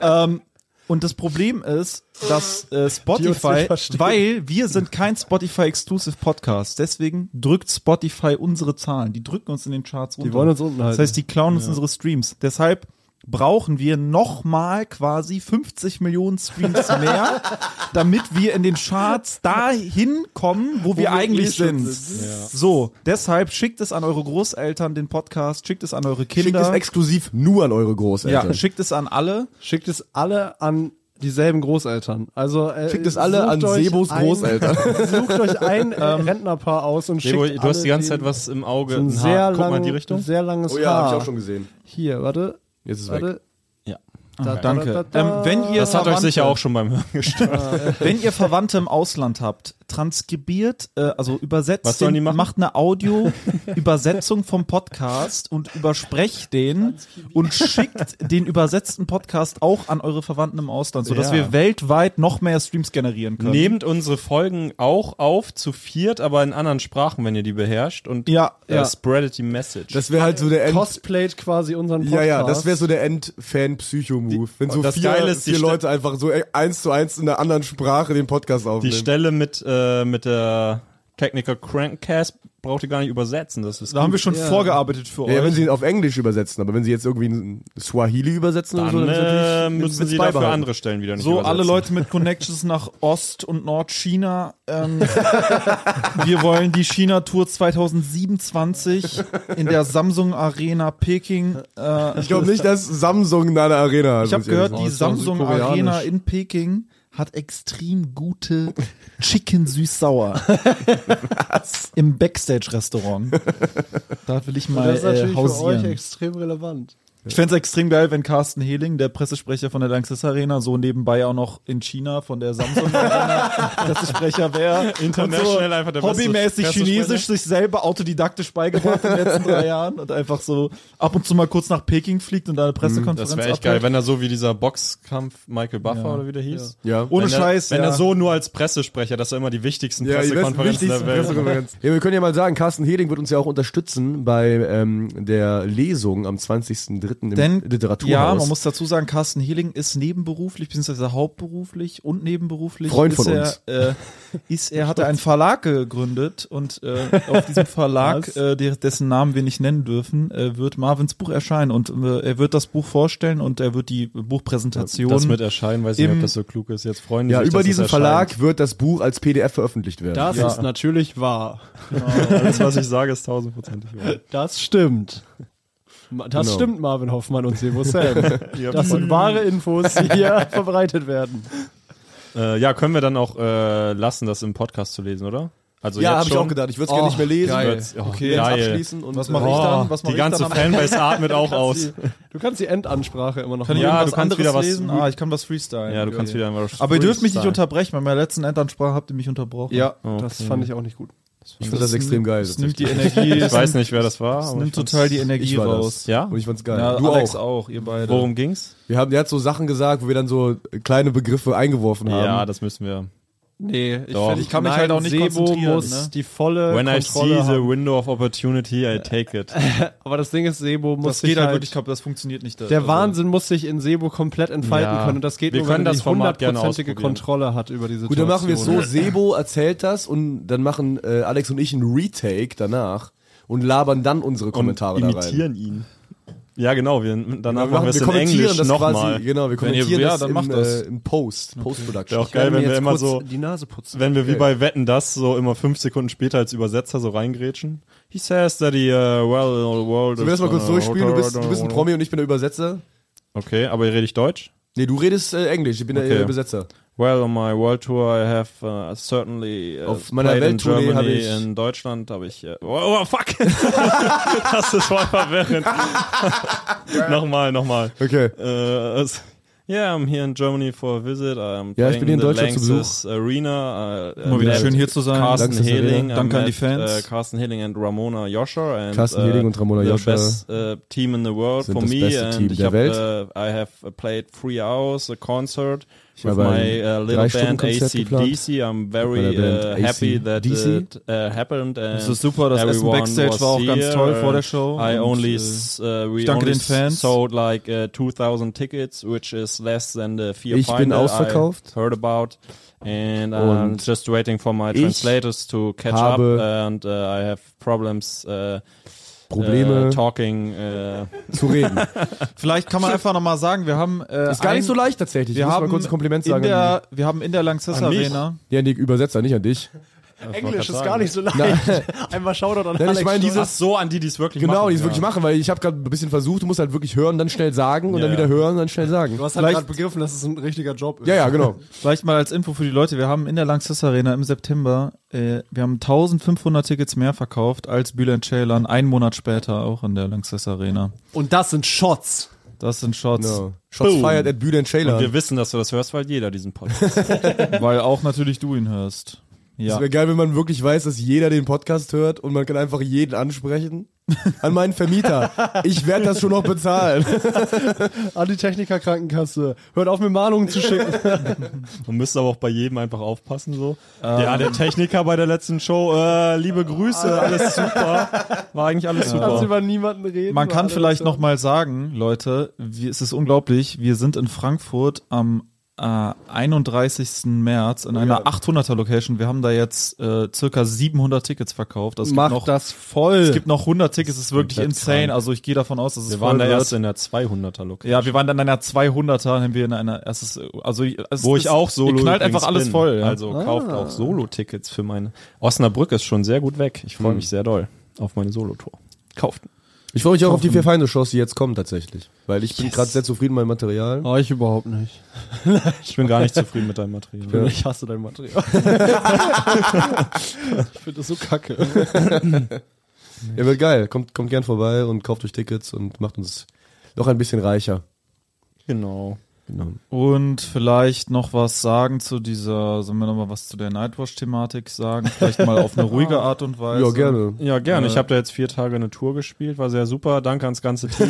A: ähm, und das Problem ist, dass äh, Spotify,
B: verstehen.
A: weil wir sind kein Spotify-Exclusive Podcast, deswegen drückt Spotify unsere Zahlen. Die drücken uns in den Charts runter.
B: wollen uns unten
A: Das
B: halten.
A: heißt, die klauen uns unsere Streams. Deshalb brauchen wir nochmal quasi 50 Millionen Streams mehr, damit wir in den Charts dahin kommen, wo, wir,
D: wir eh
A: eigentlich
D: schon
A: sind. So, deshalb schickt es an eure Großeltern den Podcast, schickt es an eure
D: Schickt
A: Kinder.
D: es exklusiv nur an eure Großeltern.
A: ja, schickt es an alle.
B: Schickt es alle an dieselben Großeltern. Also äh,
D: Schickt es alle
B: sucht
D: an
B: euch
D: Sebos
B: ein-
D: Großeltern.
B: [laughs]
D: Ähm,
B: Sucht euch ein äh, Rentnerpaar aus und
C: Sebo,
B: schickt
C: du hast
B: alle
C: die ganze
B: den-
C: Zeit was im Auge.
B: so ein
C: ein Haar.
B: sehr,
C: Guck mal
B: lang,
C: in die Richtung.
B: sehr langes
D: Oh ja,
B: Haar.
D: habe ich auch schon gesehen.
B: Hier, warte.
D: Jetzt ist es weg.
B: warte.
C: Ja.
B: Da, da, da,
A: Danke.
B: da.
A: Ähm, wenn ihr
C: Das hat euch
A: Verwandte-
C: sicher auch schon beim Hören gestört.
A: Wenn ihr Verwandte im Ausland habt, transkribiert, äh, also übersetzt,
C: Was sollen die
A: den,
C: machen?
A: macht eine Audio-Übersetzung vom Podcast und übersprecht den und schickt den übersetzten Podcast auch an eure Verwandten im Ausland, sodass
B: Ja.
A: wir weltweit noch mehr Streams generieren können.
C: Nehmt unsere Folgen auch auf, zu viert, aber in anderen Sprachen, wenn ihr die beherrscht. Und
A: Ja,
C: äh,
A: ja.
C: spreadet die Message.
D: Das wäre halt so der End.
B: Cosplayt quasi unseren
D: ja,
B: Podcast.
D: ja, das wäre so der End-Fan-Psycho-Move. Wenn so
C: das
D: vier,
C: Geile ist, die
D: vier
C: Ste-
D: Leute einfach so e- eins zu eins in einer anderen Sprache den Podcast
C: die
D: aufnehmen.
C: Stelle mit, äh, mit der Technical Crankcast braucht ihr gar nicht übersetzen. Das ist
A: Da haben wir schon
B: Ja.
A: vorgearbeitet für
D: ja, ja, wenn
A: euch.
D: sie ihn auf Englisch übersetzen, aber wenn sie jetzt irgendwie in Swahili übersetzen
C: dann,
D: oder so, ist natürlich-
C: äh,
D: wird's
C: müssen sie dafür
D: beibehalten.
C: andere Stellen wieder nicht
A: So, alle
C: übersetzen.
A: Leute mit Connections nach Ost- und Nordchina.
C: [laughs]
A: Ähm, wir wollen die China-Tour 2027 in der Samsung Arena Peking. Äh,
D: Ich glaube nicht, dass Samsung in einer Arena hat.
A: Ich habe
D: muss ehrlich
A: gehört,
D: sagen.
A: die
B: ist doch
A: Samsung
B: südkoreanisch.
A: Arena in Peking hat extrem gute Chicken
C: [laughs]
A: süß-sauer. Im Backstage-Restaurant. Da will ich mal
B: Das ist
A: äh,
B: natürlich für euch
A: hausieren.
B: extrem relevant.
A: Ich fänd's extrem geil, wenn Carsten Heling, der Pressesprecher von der Lanxess Arena, so nebenbei auch noch in China von der Samsung
C: [laughs]
A: Arena Pressesprecher wäre.
C: International
A: Und
C: einfach der beste
A: Hobbymäßig
C: Pressesprecher.
A: Chinesisch sich selber autodidaktisch beigebracht in den letzten
C: [laughs]
A: drei Jahren und einfach so ab und zu mal kurz nach Peking fliegt und da eine Pressekonferenz
C: Mhm, Das wäre echt
A: abhält.
C: geil, wenn er so wie dieser Boxkampf Michael Buffer oder wie der hieß.
D: Ja.
A: Ohne
C: wenn er,
A: Scheiß,
C: Wenn
A: ja.
C: er so nur als Pressesprecher, das ist immer die wichtigsten
D: Ja, die besten,
C: Pressekonferenzen
D: wichtigsten
C: der Welt.
D: Pressekonferenz. Ja, wir können ja mal sagen, Carsten Heding wird uns ja auch unterstützen bei ähm, der Lesung am 20.03. im
A: Denn,
D: Literaturhaus.
A: Ja, man muss dazu sagen, Carsten Heling ist nebenberuflich, beziehungsweise hauptberuflich und nebenberuflich.
D: Freund
A: ist
D: von
A: er,
D: uns.
A: Äh, ist, er hat einen Verlag gegründet und äh, auf diesem Verlag,
C: [laughs]
B: Was?
A: äh, der, dessen Namen wir nicht nennen dürfen, äh, wird Marvins Buch erscheinen und äh, er wird das Buch vorstellen und er wird die Buchpräsentation.
C: Das mit erscheinen, weiß ich nicht,
A: Im-
C: ob das so klug ist. Jetzt freuen die
D: ja,
C: sich,
D: über
C: dass es
D: diesen
C: erscheint.
D: Verlag wird das Buch als PDF veröffentlicht werden.
B: Das
A: Ja.
B: ist natürlich wahr.
C: Alles, was ich sage, ist tausendprozentig wahr.
B: Das stimmt. Ma- Das
D: Genau.
B: stimmt, Marvin Hoffmann und
D: [laughs]
B: Sebo Sam.
C: Ihr
B: Das
C: habt-
B: sind wahre Infos, die hier [laughs] verbreitet werden.
C: [laughs] Äh, ja, können wir dann auch äh, lassen, das im Podcast zu lesen, oder? Also
D: ja,
C: jetzt
D: habe ich
C: schon.
D: auch gedacht. Ich würde es gerne nicht mehr lesen.
C: Geil.
D: Wird's-
C: Oh,
D: okay, jetzt
C: geil.
D: abschließen und
A: was
D: äh,
A: mache ich
C: Oh,
A: dann? Was mache ich
C: die ganze
A: dann? am-
C: Fanbase atmet auch aus.
B: Du kannst die Endansprache immer noch
A: Kann ich
C: Ja,
A: ja,
C: du
A: irgendwas
C: kannst
A: anderes
C: wieder was-
A: lesen? Ah, ich kann was freestylen.
C: Ja, du kannst wieder einmal
A: Aber ihr dürft mich nicht
C: freestylen.
A: unterbrechen, bei meiner letzten Endansprache habt ihr mich unterbrochen.
B: Ja,
C: Okay.
B: das fand ich auch nicht gut.
D: Ich finde das extrem geil.
A: Es nimmt die Energie,
C: Ich
A: es
C: weiß nicht, wer das war.
A: es
C: aber
A: nimmt
C: ich fand's-
A: total die Energie
D: ich war
A: raus.
D: das.
C: Ja?
D: Und ich fand's geil.
A: Ja,
D: du
A: Alex
D: auch.
A: auch. ihr beide.
C: Worum ging's?
D: Wir haben, der hat so Sachen gesagt, wo wir dann so kleine Begriffe eingeworfen haben.
C: Ja, das müssen wir.
B: Nee, ich,
C: Doch.
B: find-
C: Ich
A: kann mich halt auch nicht
B: Sebo
A: konzentrieren,
B: muss
A: ne?
B: die volle
C: When I see
B: Kontrolle
C: the
B: haben.
C: window of opportunity, I take it.
B: Aber das Ding ist, Sebo muss
A: Das
B: sich
A: geht halt
B: halt,
A: wirklich, also ich glaube, das funktioniert nicht.
B: der Wahnsinn muss sich in Sebo komplett entfalten
C: Ja.
B: können. Und das geht
C: Wir
B: nur,
C: können
B: wenn er
C: das
B: die
C: Format gerne
B: hundertprozentige
C: ausprobieren.
B: Kontrolle hat über diese
D: Gut,
B: Situation.
D: dann machen wir es so, Sebo erzählt das und dann machen äh, Alex und ich einen Retake danach und labern dann unsere Kommentare da rein.
C: imitieren ihn. Ja, genau. Wir, danach machen wir es in
D: kommentieren
C: Englisch
D: das
C: nochmal.
D: quasi, genau, wir
C: Wenn ihr-
D: kommentieren
C: ja,
D: das,
C: dann
D: im,
C: macht das.
D: Äh, im Post, Post-Production.
C: Wäre auch geil, wenn wir immer so,
B: die Nase putzen.
C: wenn wir wie bei Wetten das so immer fünf Sekunden später als Übersetzer so reingrätschen. He says that the uh, well, world
D: Sollen wir das mal kurz
C: is-
D: durchspielen? Du bist, du bist ein Promi und ich bin der Übersetzer.
C: Okay, aber rede ich Deutsch?
D: Nee, du redest äh, Englisch, ich bin der
C: Okay.
D: äh, Übersetzer.
C: Well, on my world tour I have uh, certainly uh,
D: Auf meiner
C: played in
D: Welttournee
C: Germany,
D: habe ich-
C: in Deutschland habe ich uh, oh, oh fuck. [laughs] das ist voll
D: [laughs]
C: verwirrend. nochmal, nochmal.
D: Okay.
C: Äh, es- yeah, I'm here in Germany for a visit. I'm
D: Ja, ich bin hier in
C: playing the
D: Deutschland zu Besuch.
C: Lanxess Arena. Uh,
A: Mal wieder
C: met
A: schön hier zu sein.
C: Carsten
D: Lanxess Arena.
C: Heling. I
A: Danke an die
C: met,
A: Fans.
C: Uh, Carsten Heling and Ramona Joscher. And,
D: Carsten
C: uh,
D: Heling und Ramona
C: the
D: Joscher
C: best uh, team in the world
D: sind
C: for
D: das
C: me.
D: beste
C: and
D: Team
C: ich
D: der
C: hab,
D: Welt.
C: Uh, I have uh, played three hours a concert.
D: Ich
C: With
D: habe
C: my
D: ein
C: uh, little band
D: Drei-Stunden-Konzert geplant.
C: ACDC, I'm very
D: Mit meiner
C: uh,
D: Band
C: happy that
D: AC/DC.
C: it uh, happened. And
A: Das ist super, das Essen
C: everyone
A: Backstage
C: was
A: war auch ganz
C: here.
A: toll vor
C: Uh,
A: der Show.
C: I
A: Und,
C: only
A: äh,
C: s- uh, we
A: ich danke
C: only
A: den Fans.
C: sold like uh, 2000 tickets, which is less than the vier
D: Ich bin
C: final
D: ausverkauft.
C: I heard about. And I'm
D: Und
C: just wwaiting for my
D: ich
C: translators to catch up
D: habe
C: and uh, I have problems uh,
D: Probleme
C: äh, Talking. Äh,
D: zu
C: [laughs]
D: reden.
A: Vielleicht kann man einfach nochmal sagen, wir haben. Äh,
D: Ist gar
A: ein-
D: nicht so leicht tatsächlich. Ich
A: Wir
D: muss
A: haben
D: mal kurz ein Kompliment
A: in
D: sagen.
A: Der, wir haben in der Lanxess
C: An mich?
A: Arena.
D: ja, an die Übersetzer, nicht an dich.
C: grad
B: Englisch ist
C: sagen.
B: gar nicht so leicht. Einmal Shoutout an
D: Nein,
B: Alex
D: ich meine
B: Stolz.
C: Ach
D: dieses...
C: so, an die, die es wirklich
D: Genau,
C: machen.
D: die es wirklich machen, weil ich habe gerade ein bisschen versucht, du musst halt wirklich hören, dann schnell sagen und
C: Ja,
D: dann wieder
C: ja.
D: hören, dann schnell sagen.
B: Du hast halt
A: Vielleicht-
B: gerade begriffen, dass es ein richtiger Job ist.
D: Ja, ja,
B: [laughs]
D: genau.
A: Vielleicht mal als Info für die Leute, wir haben in der Lanxess Arena im September, äh, wir haben 1500 Tickets mehr verkauft als Bülent Ceylan, einen Monat später auch in der Lanxess Arena.
B: Und das sind Shots.
A: Das sind Shots,
D: No. Shots
C: Boom.
D: fired at Bülent
C: Und
D: Ceylan.
C: wir wissen, dass du das hörst, weil jeder diesen Podcast hört.
A: weil auch natürlich du ihn hörst. Ja.
D: Es wäre geil, wenn man wirklich weiß, dass jeder den Podcast hört und man kann einfach jeden ansprechen. An meinen Vermieter. Ich werde das schon noch bezahlen.
B: [laughs] An die Techniker-Krankenkasse. Hört auf, mir Mahnungen zu schicken.
C: Man müsste aber auch bei jedem einfach aufpassen. so. Der, der Techniker bei der letzten Show, äh, liebe Grüße, alles super. War eigentlich alles
B: Kannst
C: super.
B: über niemanden reden.
A: Man kann
B: Alter,
A: vielleicht
B: das ist
A: noch mal sagen, Leute, wir, es ist unglaublich, wir sind in Frankfurt am äh, 31. März
C: Oh
A: in einer 800er Location. Wir haben da jetzt äh, circa 700 Tickets verkauft. Also es
B: ja- Macht
A: gibt noch,
B: das voll.
A: Es gibt noch 100 Tickets, es ist wirklich
C: komplett
A: insane.
C: krank.
A: Also ich gehe davon aus, dass es
C: Wir waren da
A: voll wird.
C: erst in der 200er Location.
A: Ja, wir waren dann in einer 200er, haben wir in einer es ist, also es
C: Wo
A: ist,
C: ich auch solo
A: Ihr knallt einfach
C: übrigens
A: alles
C: bin.
A: voll. Ja.
C: Also kauft auch Solo-Tickets für meine. Osnabrück ist schon sehr gut weg. Ich freue mich sehr doll auf meine Solo-Tour. Kauft.
D: Ich freue mich auch auf die vier Feinde Shows, die jetzt kommen tatsächlich. Weil ich bin gerade sehr zufrieden mit meinem Material.
B: Euch überhaupt nicht.
C: Ich bin gar nicht zufrieden mit deinem Material.
B: Ich hasse dein Material. ich finde das so kacke.
D: Ja, wird geil. Kommt, kommt gern vorbei und kauft euch Tickets und macht uns noch ein bisschen reicher.
C: Genau.
D: Genau.
A: Und vielleicht noch was sagen zu dieser, sollen wir noch mal was zu der Nightwatch-Thematik sagen? Vielleicht mal
C: [laughs]
A: auf eine ruhige Art und Weise.
D: Ja, gerne.
C: Ja, gerne.
A: Äh,
C: Ich habe da jetzt vier Tage eine Tour gespielt. War sehr super. Danke ans ganze [laughs] Team.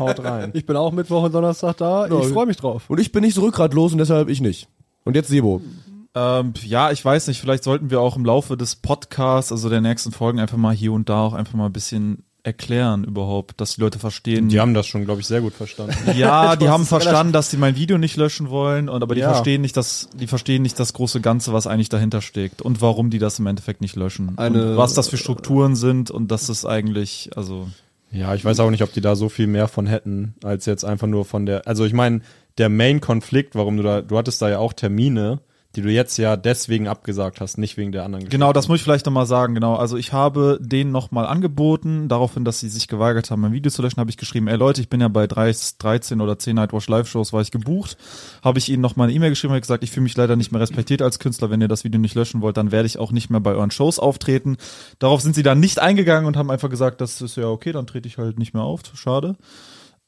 C: Haut rein.
B: Ich bin auch Mittwoch und Donnerstag da. Ich
D: Ja.
B: freue mich drauf.
D: Und ich bin nicht so rückgratlos und deshalb ich nicht. Und jetzt Sebo.
A: Ähm, ja, ich weiß nicht, vielleicht sollten wir auch im Laufe des Podcasts, also der nächsten Folgen, einfach mal hier und da auch einfach mal ein bisschen erklären überhaupt, dass die Leute verstehen.
C: Die haben das schon, glaube ich, sehr gut verstanden.
A: ja, die haben verstanden, dass sie mein Video nicht löschen wollen, und aber die
C: Ja.
A: verstehen nicht, dass die verstehen nicht das große Ganze, was eigentlich dahinter steckt und warum die das im Endeffekt nicht löschen
B: Eine-
A: und was das für Strukturen sind und dass es eigentlich, also
C: [laughs] Ja, ich weiß auch nicht, ob die da so viel mehr von hätten, als jetzt einfach nur von der. Also ich meine, der Main-Konflikt, warum du da, du hattest da ja auch Termine, die du jetzt ja deswegen abgesagt hast, nicht wegen der anderen Geschichte.
A: Genau, das muss ich vielleicht nochmal sagen, genau. Also ich habe denen nochmal angeboten, daraufhin, dass sie sich geweigert haben, mein Video zu löschen, habe ich geschrieben, ey Leute, ich bin ja bei 3, 13 oder 10 Nightwatch Live-Shows, war ich gebucht, habe ich ihnen nochmal eine E-Mail geschrieben, habe gesagt, ich fühle mich leider nicht mehr respektiert als Künstler, wenn ihr das Video nicht löschen wollt, dann werde ich auch nicht mehr bei euren Shows auftreten. Darauf sind sie dann nicht eingegangen und haben einfach gesagt, das ist ja okay, dann trete ich halt nicht mehr auf, schade.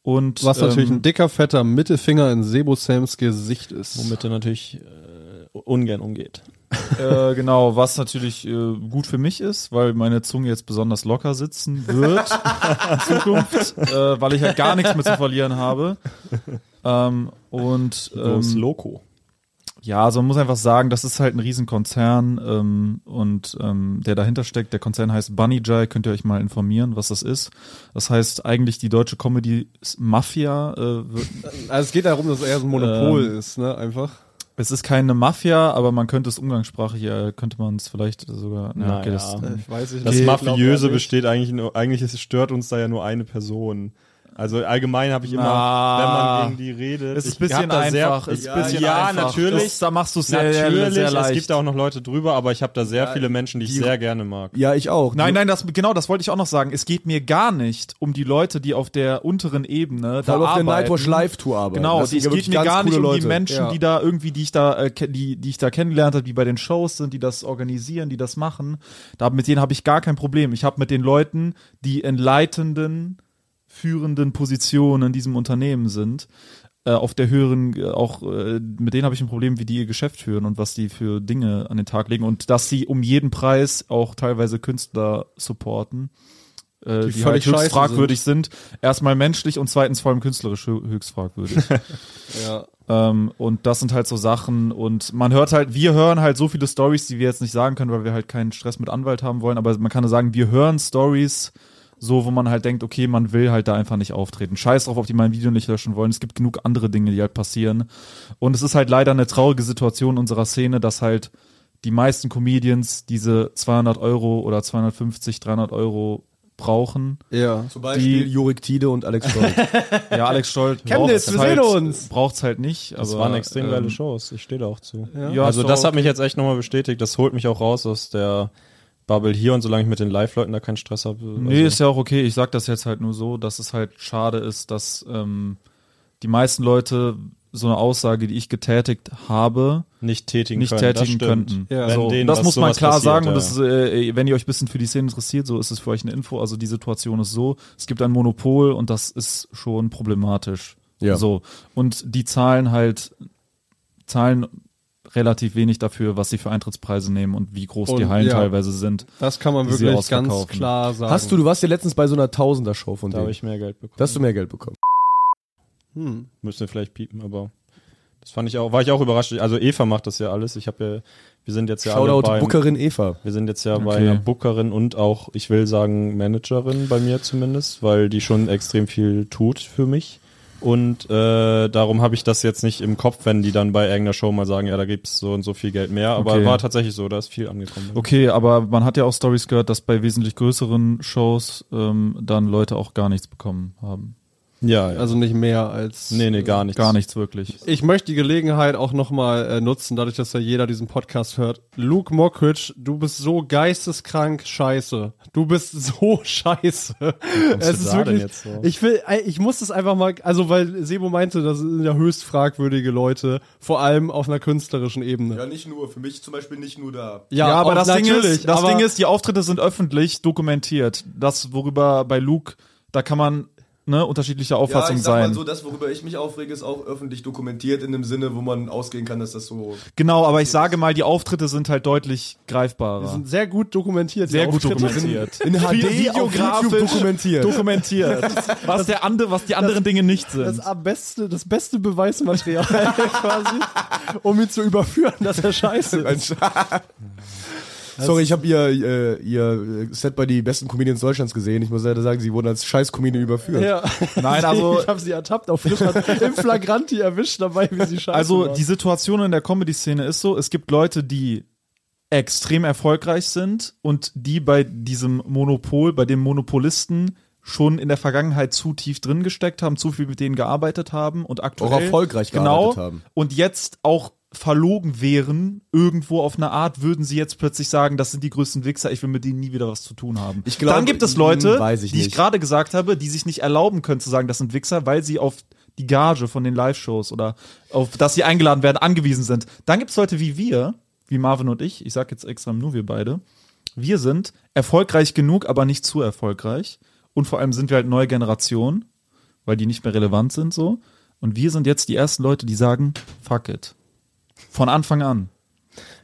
A: Und
B: Was natürlich
A: ähm,
B: ein dicker, fetter Mittelfinger in Sebo Sams Gesicht ist.
C: Genau, Womit er natürlich äh, ungern umgeht.
A: Äh, genau, was natürlich äh, gut für mich ist, weil meine Zunge jetzt besonders locker sitzen wird in Zukunft, äh, weil ich halt gar nichts mehr zu verlieren habe. Ähm, und
C: Los,
A: ähm,
C: Loco.
A: ja, also man muss einfach sagen, das ist halt ein Riesenkonzern ähm, und ähm, der dahinter steckt, der Konzern heißt Bunny Jai, könnt ihr euch mal informieren, was das ist. Das heißt eigentlich die deutsche Comedy Mafia äh, wird, [laughs]
B: Also es geht darum, dass er so ein Monopol
A: Ähm,
B: ist, ne? Einfach.
A: Es ist keine Mafia, aber man könnte es umgangssprachlich, äh, könnte man es vielleicht sogar.
C: Na ja.
B: Ich weiß nicht.
C: Das
B: Ich glaub
C: Mafiöse
B: ehrlich.
C: besteht eigentlich nur, eigentlich ist, stört uns da ja nur eine Person. Also allgemein habe ich immer,
A: Na.
C: wenn man gegen die redet,
A: Es ist
C: ich
A: ein bisschen
C: hab da sehr-
A: einfach. ist
C: ja,
A: ein bisschen
C: ja,
A: einfach.
C: natürlich.
A: Das, da machst du es sehr,
C: Natürlich,
A: sehr, sehr leicht.
C: es gibt auch noch Leute drüber, aber ich habe da sehr viele Menschen, die ich sehr gerne mag.
D: Ja, ich auch.
A: Nein, nein, das, genau, das wollte ich auch noch sagen. Es geht mir gar nicht um die Leute, die auf der untereren Ebene
D: Vor
A: da
D: allem auf der
A: arbeiten.
D: Nightwatch Live Tour arbeiten.
A: Genau,
D: Das
A: es
D: sind ja
A: geht
D: wirklich
A: mir
D: ganz
A: gar nicht
D: coole
A: um die
D: Leute.
A: Menschen,
B: Ja.
A: die da irgendwie, die ich da, äh, ke- die, die ich da kennengelernt habe, die bei den Shows sind, die das organisieren, die das machen. Da, mit denen habe ich gar kein Problem. Ich habe mit den Leuten, die in leitenden, führenden Positionen in diesem Unternehmen sind, äh, auf der höheren, äh, auch äh, mit denen habe ich ein Problem, wie die ihr Geschäft führen und was die für Dinge an den Tag legen und dass sie um jeden Preis auch teilweise Künstler supporten äh, die,
B: völlig
A: halt höchst
B: scheiße
A: fragwürdig sind. Erstmal menschlich und zweitens vor allem künstlerisch hö- höchst fragwürdig.
B: Ja.
A: ähm, und das sind halt so Sachen und man hört halt, wir hören halt so viele Stories, die wir jetzt nicht sagen können, weil wir halt keinen Stress mit Anwalt haben wollen, aber man kann nur sagen, wir hören Stories so, wo man halt denkt, okay, man will halt da einfach nicht auftreten. Scheiß drauf, ob die mein Video nicht löschen wollen. Es gibt genug andere Dinge, die halt passieren. Und es ist halt leider eine traurige Situation unserer Szene, dass halt die meisten Comedians diese 200 Euro oder 250, 300 Euro brauchen.
B: Ja.
D: Zum Beispiel
A: Die-
D: Jurik Tiede und Alex Scholz.
A: Ja, Alex Stolt
B: Chemnitz,
A: braucht's
B: wir
A: halt,
B: sehen uns.
A: Braucht's halt nicht.
C: Das
A: aber,
C: waren extrem geile
A: ähm,
C: Shows. Ich stehe da auch zu.
A: Ja,
C: also
A: ist
C: das
A: doch
C: hat mich jetzt echt nochmal bestätigt. Das holt mich auch raus aus der Bubble hier und solange ich mit den Live-Leuten da keinen Stress habe. Also,
A: Nee, ist ja auch okay. Ich sag das jetzt halt nur so, dass es halt schade ist, dass ähm, die meisten Leute so eine Aussage, die ich getätigt habe,
C: nicht tätigen
A: nicht
C: können.
A: tätigen
C: das stimmt.
A: könnten.
B: Ja.
C: Wenn
A: so,
C: denen
A: das
C: was-
A: muss man
C: sowas
A: klar
C: passiert,
A: sagen. Und
C: ja.
A: das ist, äh, wenn ihr euch ein bisschen für die Szene interessiert, so ist es für euch eine Info. Also die Situation ist so, es gibt ein Monopol und das ist schon problematisch.
D: Ja.
A: So. Und die zahlen halt, zahlen relativ wenig dafür, was sie für Eintrittspreise nehmen und wie groß die
B: Und,
A: Hallen
B: ja.
A: teilweise sind.
B: Das kann man
A: Die sie
B: wirklich ganz
A: ausverkaufen.
B: klar sagen.
D: Hast du, du warst ja letztens bei so einer Tausender-Show von
C: da
D: denen.
C: habe ich mehr Geld bekommen.
D: Da hast du mehr Geld bekommen.
B: Hm.
C: Müssen wir vielleicht piepen, aber das fand ich auch, war ich auch überrascht. Also Eva macht das ja alles. Ich habe ja, wir sind jetzt ja alle
D: Shoutout
C: beim,
D: Bookerin Eva.
C: wir sind jetzt ja bei
A: Okay.
C: einer Bookerin und auch, ich will sagen, Managerin bei mir zumindest, weil die schon extrem viel tut für mich. Und äh, darum habe ich das jetzt nicht im Kopf, wenn die dann bei irgendeiner Show mal sagen, ja, da gibt's so und so viel Geld mehr. Aber
A: Okay.
C: war tatsächlich so, da ist viel angekommen.
A: Okay, aber man hat ja auch Stories gehört, dass bei wesentlich größeren Shows ähm, dann Leute auch gar nichts bekommen haben.
C: Ja, ja.
B: Also nicht mehr als.
C: nee, nee, gar nichts.
A: Gar nichts wirklich.
B: Ich möchte die Gelegenheit auch nochmal äh, nutzen, dadurch, dass ja jeder diesen Podcast hört. Luke Mockridge, du bist so geisteskrank scheiße. Du bist [laughs] so scheiße.
C: kommst du da denn jetzt drauf?
B: Ich will, ey, ich muss das einfach mal, also weil Sebo meinte, das sind ja höchst fragwürdige Leute, vor allem auf einer künstlerischen Ebene.
D: nicht nur, für mich zum Beispiel nicht nur da.
B: Ja, auch natürlich,
A: ist, das
B: aber-
A: Ding ist, die Auftritte sind öffentlich dokumentiert. Das, worüber bei Luke, da kann man ne, unterschiedlicher Auffassung sein.
D: das, worüber ich mich aufrege, ist auch öffentlich dokumentiert in dem Sinne, wo man ausgehen kann, dass das so.
A: genau, aber ich sage mal, die Auftritte sind halt deutlich
B: Die
A: greifbarer.
B: sind sehr gut dokumentiert. die
A: Sehr gut
B: Auftritte.
A: dokumentiert.
D: In HD auf
A: Videografisch
D: YouTube dokumentiert.
A: dokumentiert. [laughs] was, der ande, was die anderen Dinge nicht
B: Das,
A: sind.
B: am beste, das beste Beweismaterial [laughs] quasi, um ihn zu überführen, dass er scheiße ist.
D: Sorry, ich habe ihr, äh, ihr Set bei die besten Comedians Deutschlands gesehen. Ich muss leider sagen, sie wurden als Scheiß-Comedian überführt.
B: Ja.
A: Nein, also-
B: [laughs] ich habe sie ertappt auf Flippert
A: [laughs]
B: im Flagranti erwischt dabei, wie sie scheiße
A: Also
B: war.
A: die Situation in der Comedy-Szene ist so, es gibt Leute, die extrem erfolgreich sind und die bei diesem Monopol, bei dem Monopolisten schon in der Vergangenheit zu tief drin gesteckt haben, zu viel mit denen gearbeitet haben und aktuell
D: Auch erfolgreich
A: genau,
D: gearbeitet haben.
A: und jetzt auch verlogen wären, irgendwo auf eine Art, würden sie jetzt plötzlich sagen, das sind die größten Wichser, ich will mit denen nie wieder was zu tun haben.
D: Ich glaube,
A: Dann gibt es
D: hm,
A: Leute,
D: weiß ich
A: die ich
D: nicht.
A: gerade gesagt habe, die sich nicht erlauben können zu sagen, das sind Wichser, weil sie auf die Gage von den Live-Shows oder auf das sie eingeladen werden, angewiesen sind. Dann gibt es Leute wie wir, wie Marvin und ich, ich sage jetzt extra nur wir beide, wir sind erfolgreich genug, aber nicht zu erfolgreich. Und vor allem sind wir halt neue Generation, weil die nicht mehr relevant sind so. Und wir sind jetzt die ersten Leute, die sagen, fuck it. Von Anfang an.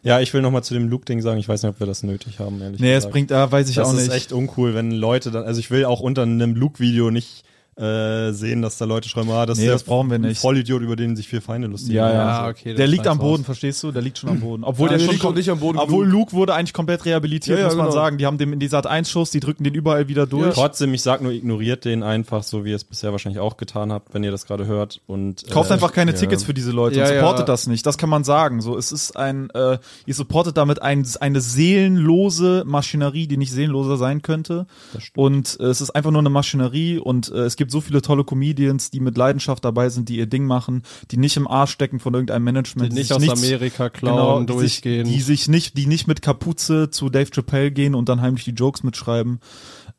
C: Ja, ich will nochmal zu dem Luke-Ding sagen, ich weiß nicht, ob wir das nötig haben, ehrlich
A: Nee,
C: gesagt.
A: es bringt, da weiß ich
C: das
A: auch
C: ist
A: nicht.
C: echt uncool, wenn Leute dann, also ich will auch unter einem Luke-Video nicht äh, sehen, dass da Leute schreiben, ah, das
A: Nee,
C: ist der
A: das brauchen wir nicht.
C: Vollidiot, über den sich vier Feinde lustig
A: ja,
C: machen.
A: ja.
B: Ja, okay, das
A: der liegt
B: schmeißt
A: am Boden,
B: raus.
A: verstehst du? Der liegt schon am Boden. Obwohl
D: Ja,
A: der
D: der
A: schon
D: liegt auch
A: kom-
D: nicht am Boden,
A: Obwohl
D: Luke.
A: Luke wurde eigentlich komplett rehabilitiert,
D: Ja, ja,
A: muss man
D: genau.
A: sagen. Die haben dem in dieser Art Einschuss, die drücken den überall wieder durch.
C: Trotzdem, ich sag nur, ignoriert den einfach, so wie ihr es bisher wahrscheinlich auch getan habt, wenn ihr das gerade hört. Und,
A: Kauft
C: äh,
A: einfach keine Tickets für diese Leute
B: Ja,
A: und supportet
B: ja.
A: das nicht. Das kann man sagen. So, es ist ein, äh, ihr supportet damit ein, eine seelenlose Maschinerie, die nicht seelenloser sein könnte. Und äh, es ist einfach nur eine Maschinerie und äh, es gibt so viele tolle Comedians, die mit Leidenschaft dabei sind, die ihr Ding machen, die nicht im Arsch stecken von irgendeinem Management,
B: Die
A: die
B: nicht
A: sich
B: aus
A: nichts-
B: Amerika klauen,
A: Genau, die
B: durchgehen.
A: Sich, die sich nicht, die nicht mit Kapuze zu Dave Chappelle gehen und dann heimlich die Jokes mitschreiben.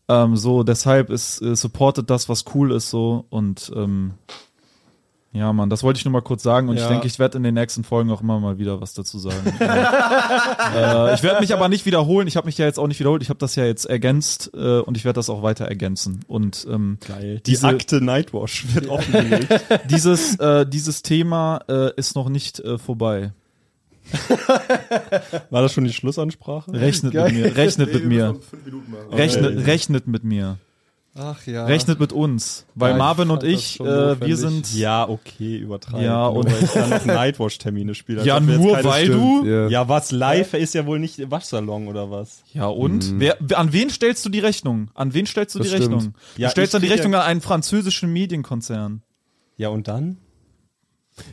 A: Ähm, so, deshalb ist äh, supportet das, was cool ist, so und ähm, ja, Mann, das wollte ich nur mal kurz sagen und
B: Ja.
A: ich denke, ich werde in den nächsten Folgen auch immer mal wieder was dazu sagen. [laughs] äh, ich werde mich aber nicht wiederholen. Ich habe mich ja jetzt auch nicht wiederholt. Ich habe das ja jetzt ergänzt äh, und ich werde das auch weiter ergänzen. Und ähm,
C: Geil. Die
A: diese-
C: Akte Nightwash wird offengelegt.
A: dieses, äh, dieses Thema äh, ist noch nicht äh, vorbei.
C: War das schon die Schlussansprache?
A: Rechnet mit mir. Rechnet mit mir. Rechnet, rechnet mit mir.
B: Ach ja.
A: Rechnet mit uns. Weil
B: Ja, ich
A: Marvin und
B: fand das
A: ich,
B: schon
A: äh, wir
B: notwendig.
A: sind.
C: Ja, okay, übertreiben.
A: Ja,
C: Nur
A: und-
C: weil ich dann noch Nightwash-Termine spiele. als
A: Ja,
C: ob wir jetzt
A: nur
C: keine
A: weil
C: Stimmt.
A: du-
D: Ja.
C: Ja, was live ist ja wohl nicht Waschsalon oder was?
A: Ja, und? Mhm. Wer, wer- an wen stellst du die Rechnung? An wen stellst du
D: Das
A: die
D: stimmt.
A: Rechnung? Du
C: Ja,
A: stellst
C: ich
A: dann die
C: krieg ja-
A: Rechnung an einen französischen Medienkonzern.
C: Ja, und dann?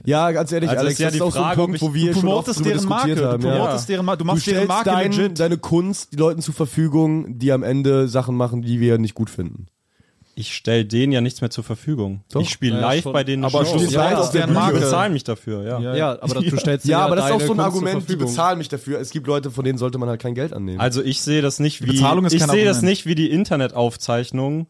D: Ja, ganz ehrlich,
C: Also
D: Alex,
C: ist ja
D: das ist
C: die
D: auch so ein
C: Frage, ob
D: Punkt,
C: ich-
D: wo wir
A: du
D: schon oft
A: promotest
D: drüber
A: deren
D: diskutiert
A: Marke.
D: haben.
A: du
D: ja.
A: promotest deren Marke. Du
D: Du
A: machst deren
D: stellst
A: Marke
D: dein,
A: legit.
D: deine Kunst die Leuten zur Verfügung, die am Ende Sachen machen, die wir nicht gut finden.
C: Ich stell denen ja nichts mehr zur Verfügung. Ich spiele
B: Ja,
C: live
B: schon.
C: bei denen eine
D: Aber
C: Show.
D: du
A: spielst live auf
C: die
A: der Bühne.
C: bezahlen mich dafür, ja.
B: Ja, aber du stellst
D: [laughs] Ja,
B: dir
D: aber das ist auch
B: deine
D: so ein
B: Kunst zur
D: Argument, die
B: Verfügung.
D: bezahlen mich dafür. Es gibt Leute, von denen sollte man halt kein Geld annehmen.
C: Also ich sehe das nicht wie
A: Bezahlung ist
C: ich
A: kein
C: sehe das
A: Argument.
C: nicht wie die Internetaufzeichnung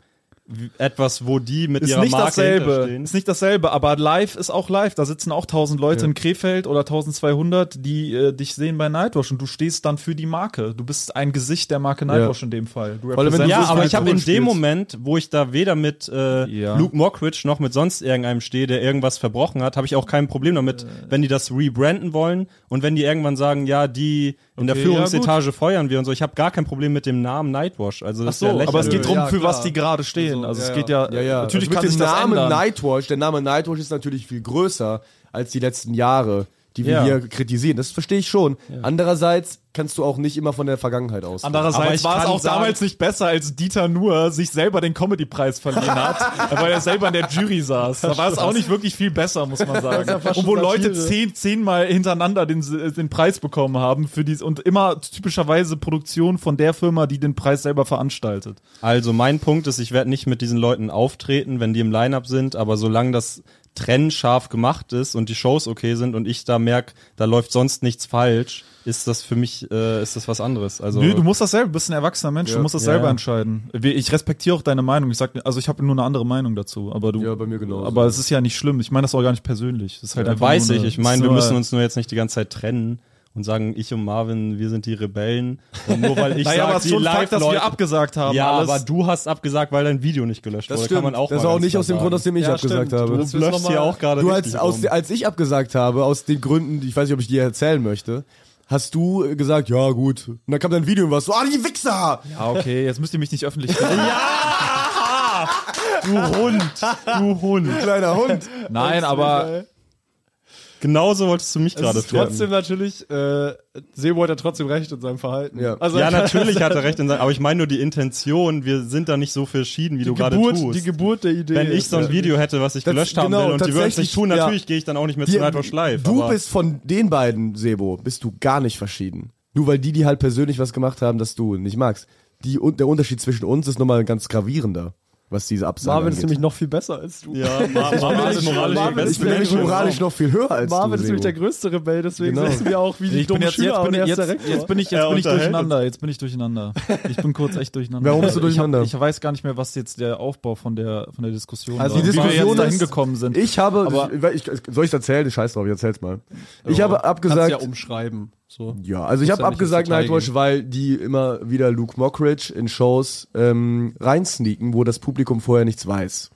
C: wie- etwas, wo die mit
A: Ist
C: ihrer
A: nicht
C: Marke
A: dasselbe.
C: hinterstehen.
A: Ist nicht dasselbe, aber live ist auch live. Da sitzen auch 1000 Leute in Krefeld oder 1200, die äh, dich sehen bei Nightwatch und du stehst dann für die Marke. Du bist ein Gesicht der Marke Nightwatch in dem Fall. Du
D: allem, wenn du
A: repräsentierst halt
C: ja,
D: so
C: aber
D: viele
A: die
C: ich habe in
A: Kultur
C: dem
A: spielst.
C: Moment, wo ich da weder mit äh,
A: Ja.
C: Luke Mockridge noch mit sonst irgendeinem stehe, der irgendwas verbrochen hat, habe ich auch kein Problem damit,
A: Äh.
C: wenn die das rebranden wollen und wenn die irgendwann sagen, ja, die in der
A: Okay, ja,
C: Führungsetage feuern wir und so. Ich habe gar kein Problem mit dem Namen Nightwash. Also das ist ja lächerlich.
A: aber es geht drum,
B: Ja,
A: für was
B: klar.
A: die gerade stehen. Also, es geht ja,
D: Ja, ja.
A: natürlich
D: also
A: kann sich
D: mit dem
A: das
D: Namen
A: ändern.
D: Nightwatch, der Name Nightwatch ist natürlich viel größer als die letzten Jahre, die wir
C: Ja.
D: hier kritisieren. Das verstehe ich schon. Andererseits kannst du auch nicht immer von der Vergangenheit aus.
C: Aber
A: Andererseits
C: ich
A: war es
C: kann
A: auch
C: sagen-
A: damals nicht besser, als Dieter Nuhr sich selber den Comedy-Preis verliehen hat, weil er selber in der Jury saß. Da war es auch nicht wirklich viel besser, muss man sagen.
B: fast
A: Und wo
B: schon
A: Leute
B: Satire.
A: zehn, zehnmal hintereinander den, den Preis bekommen haben für dies und immer typischerweise Produktion von der Firma, die den Preis selber veranstaltet.
C: Also mein Punkt ist, ich werde nicht mit diesen Leuten auftreten, wenn die im Line-up sind, aber solange das trennscharf gemacht ist und die Shows okay sind und ich da merke, da läuft sonst nichts falsch, ist das für mich, äh, ist das was anderes. Also
A: Nö, du musst das selber, du bist ein erwachsener Mensch, du musst das
C: Ja.
A: selber entscheiden. Wir- Ich respektiere auch deine Meinung. Ich sag, also ich habe nur eine andere Meinung dazu, aber du.
D: Ja, bei mir genauso.
A: Aber es ist ja nicht schlimm. Ich meine das auch gar nicht persönlich. Das ist halt
C: Ja,
A: einfach
C: äh, weiß
A: nur
C: ich,
A: eine-
C: ich meine,
A: ist
C: wir
A: nur-
C: müssen uns nur jetzt nicht die ganze Zeit trennen und sagen, ich und Marvin, wir sind die Rebellen. Und nur weil
A: [laughs]
C: ich
A: Naja, aber
C: sag,
A: es
C: die
A: ist schon Fakt, dass
C: Live-Leute...
A: wir abgesagt haben.
C: ja,
A: alles.
C: aber du hast abgesagt, weil dein Video nicht gelöscht
D: das
C: wurde.
D: stimmt.
C: Kann man auch
D: das
C: mal
D: ist auch
C: ganz
D: nicht
C: klar
D: aus dem Grund, aus
C: sagen.
D: dem ich
B: Ja,
D: abgesagt
B: stimmt.
D: habe.
B: Du
C: Du blöffst hier auch gerade
D: Du als,
C: richtig
D: aus,
C: rum.
D: der- als ich abgesagt habe, aus den Gründen, die ich weiß nicht, ob ich dir erzählen möchte, hast du äh, gesagt, ja gut. Und dann kam dein Video und warst so, ah, die Wichser!
A: Ah, okay, jetzt müsst ihr mich nicht öffentlich. ja! Du Hund, du Hund.
D: Kleiner Hund.
A: Nein, aber
C: Genauso wolltest du mich
B: Es
C: gerade
B: ist
C: töten.
B: trotzdem natürlich, äh, Sebo hat ja trotzdem recht in seinem Verhalten.
D: Ja.
B: also,
C: Ja, natürlich
D: [laughs]
C: hat er recht, in seinem- aber ich meine nur die Intention, wir sind da nicht so verschieden, wie du gerade
B: Geburt, die
C: tust.
B: Geburt der Idee.
C: Wenn ich so ein
B: Ja.
C: Video hätte, was ich
D: Das-
C: gelöscht haben
D: genau,
C: will und die würden es
D: tatsächlich,
C: nicht tun,
D: ja.
C: natürlich gehe ich dann auch nicht mehr zu Nightwatch Live.
D: du
C: aber
D: bist von den beiden, Sebo, bist du gar nicht verschieden. Nur weil die, die halt persönlich was gemacht haben, das du nicht magst. Die, und der Unterschied zwischen uns ist nochmal ganz gravierender, was diese Absagen
B: Marvin ist
D: angeht.
B: nämlich noch viel besser als
D: [laughs]
B: du.
C: ja, Ma- Marvin ist moralisch
B: Marvin
C: der
B: ist
D: ich
C: beste
D: bin nämlich
C: Mensch im
D: moralisch
C: Raum.
D: noch viel höher als
B: Marvin
D: du,
B: ist nämlich der
D: Sebo.
B: größte Rebell, deswegen
D: Genau.
B: sitzen wir auch wie die
A: ich bin
B: dummen
A: jetzt,
B: Schüler
A: jetzt, bin,
B: und
A: ich-
B: er ist
A: jetzt,
B: der Rektor.
A: jetzt
C: [laughs]
A: bin ich, jetzt
C: Er
A: bin ich
C: unterhält
A: durcheinander. Jetzt bin ich durcheinander. Ich bin kurz echt durcheinander.
D: Warum bist du durcheinander?
A: Ich, hab, ich weiß gar nicht mehr, was jetzt der Aufbau von der, von der Diskussion
D: Also
A: war.
D: die
A: und wie wir
D: Diskussion
A: jetzt dahin
D: ist-
A: gekommen sind.
D: Ich habe,
A: Aber-
D: ich, ich, soll ich erzählen? Scheiß drauf, ich erzähl's mal. Ich habe abgesagt,
B: Kannst ja umschreiben. So.
D: Ja, also ich
B: Muss
D: habe
B: ja nicht
D: abgesagt
B: ins Detail
D: Nightwatch, weil die immer wieder Luke Mockridge in Shows ähm, reinsneaken, wo das Publikum vorher nichts weiß.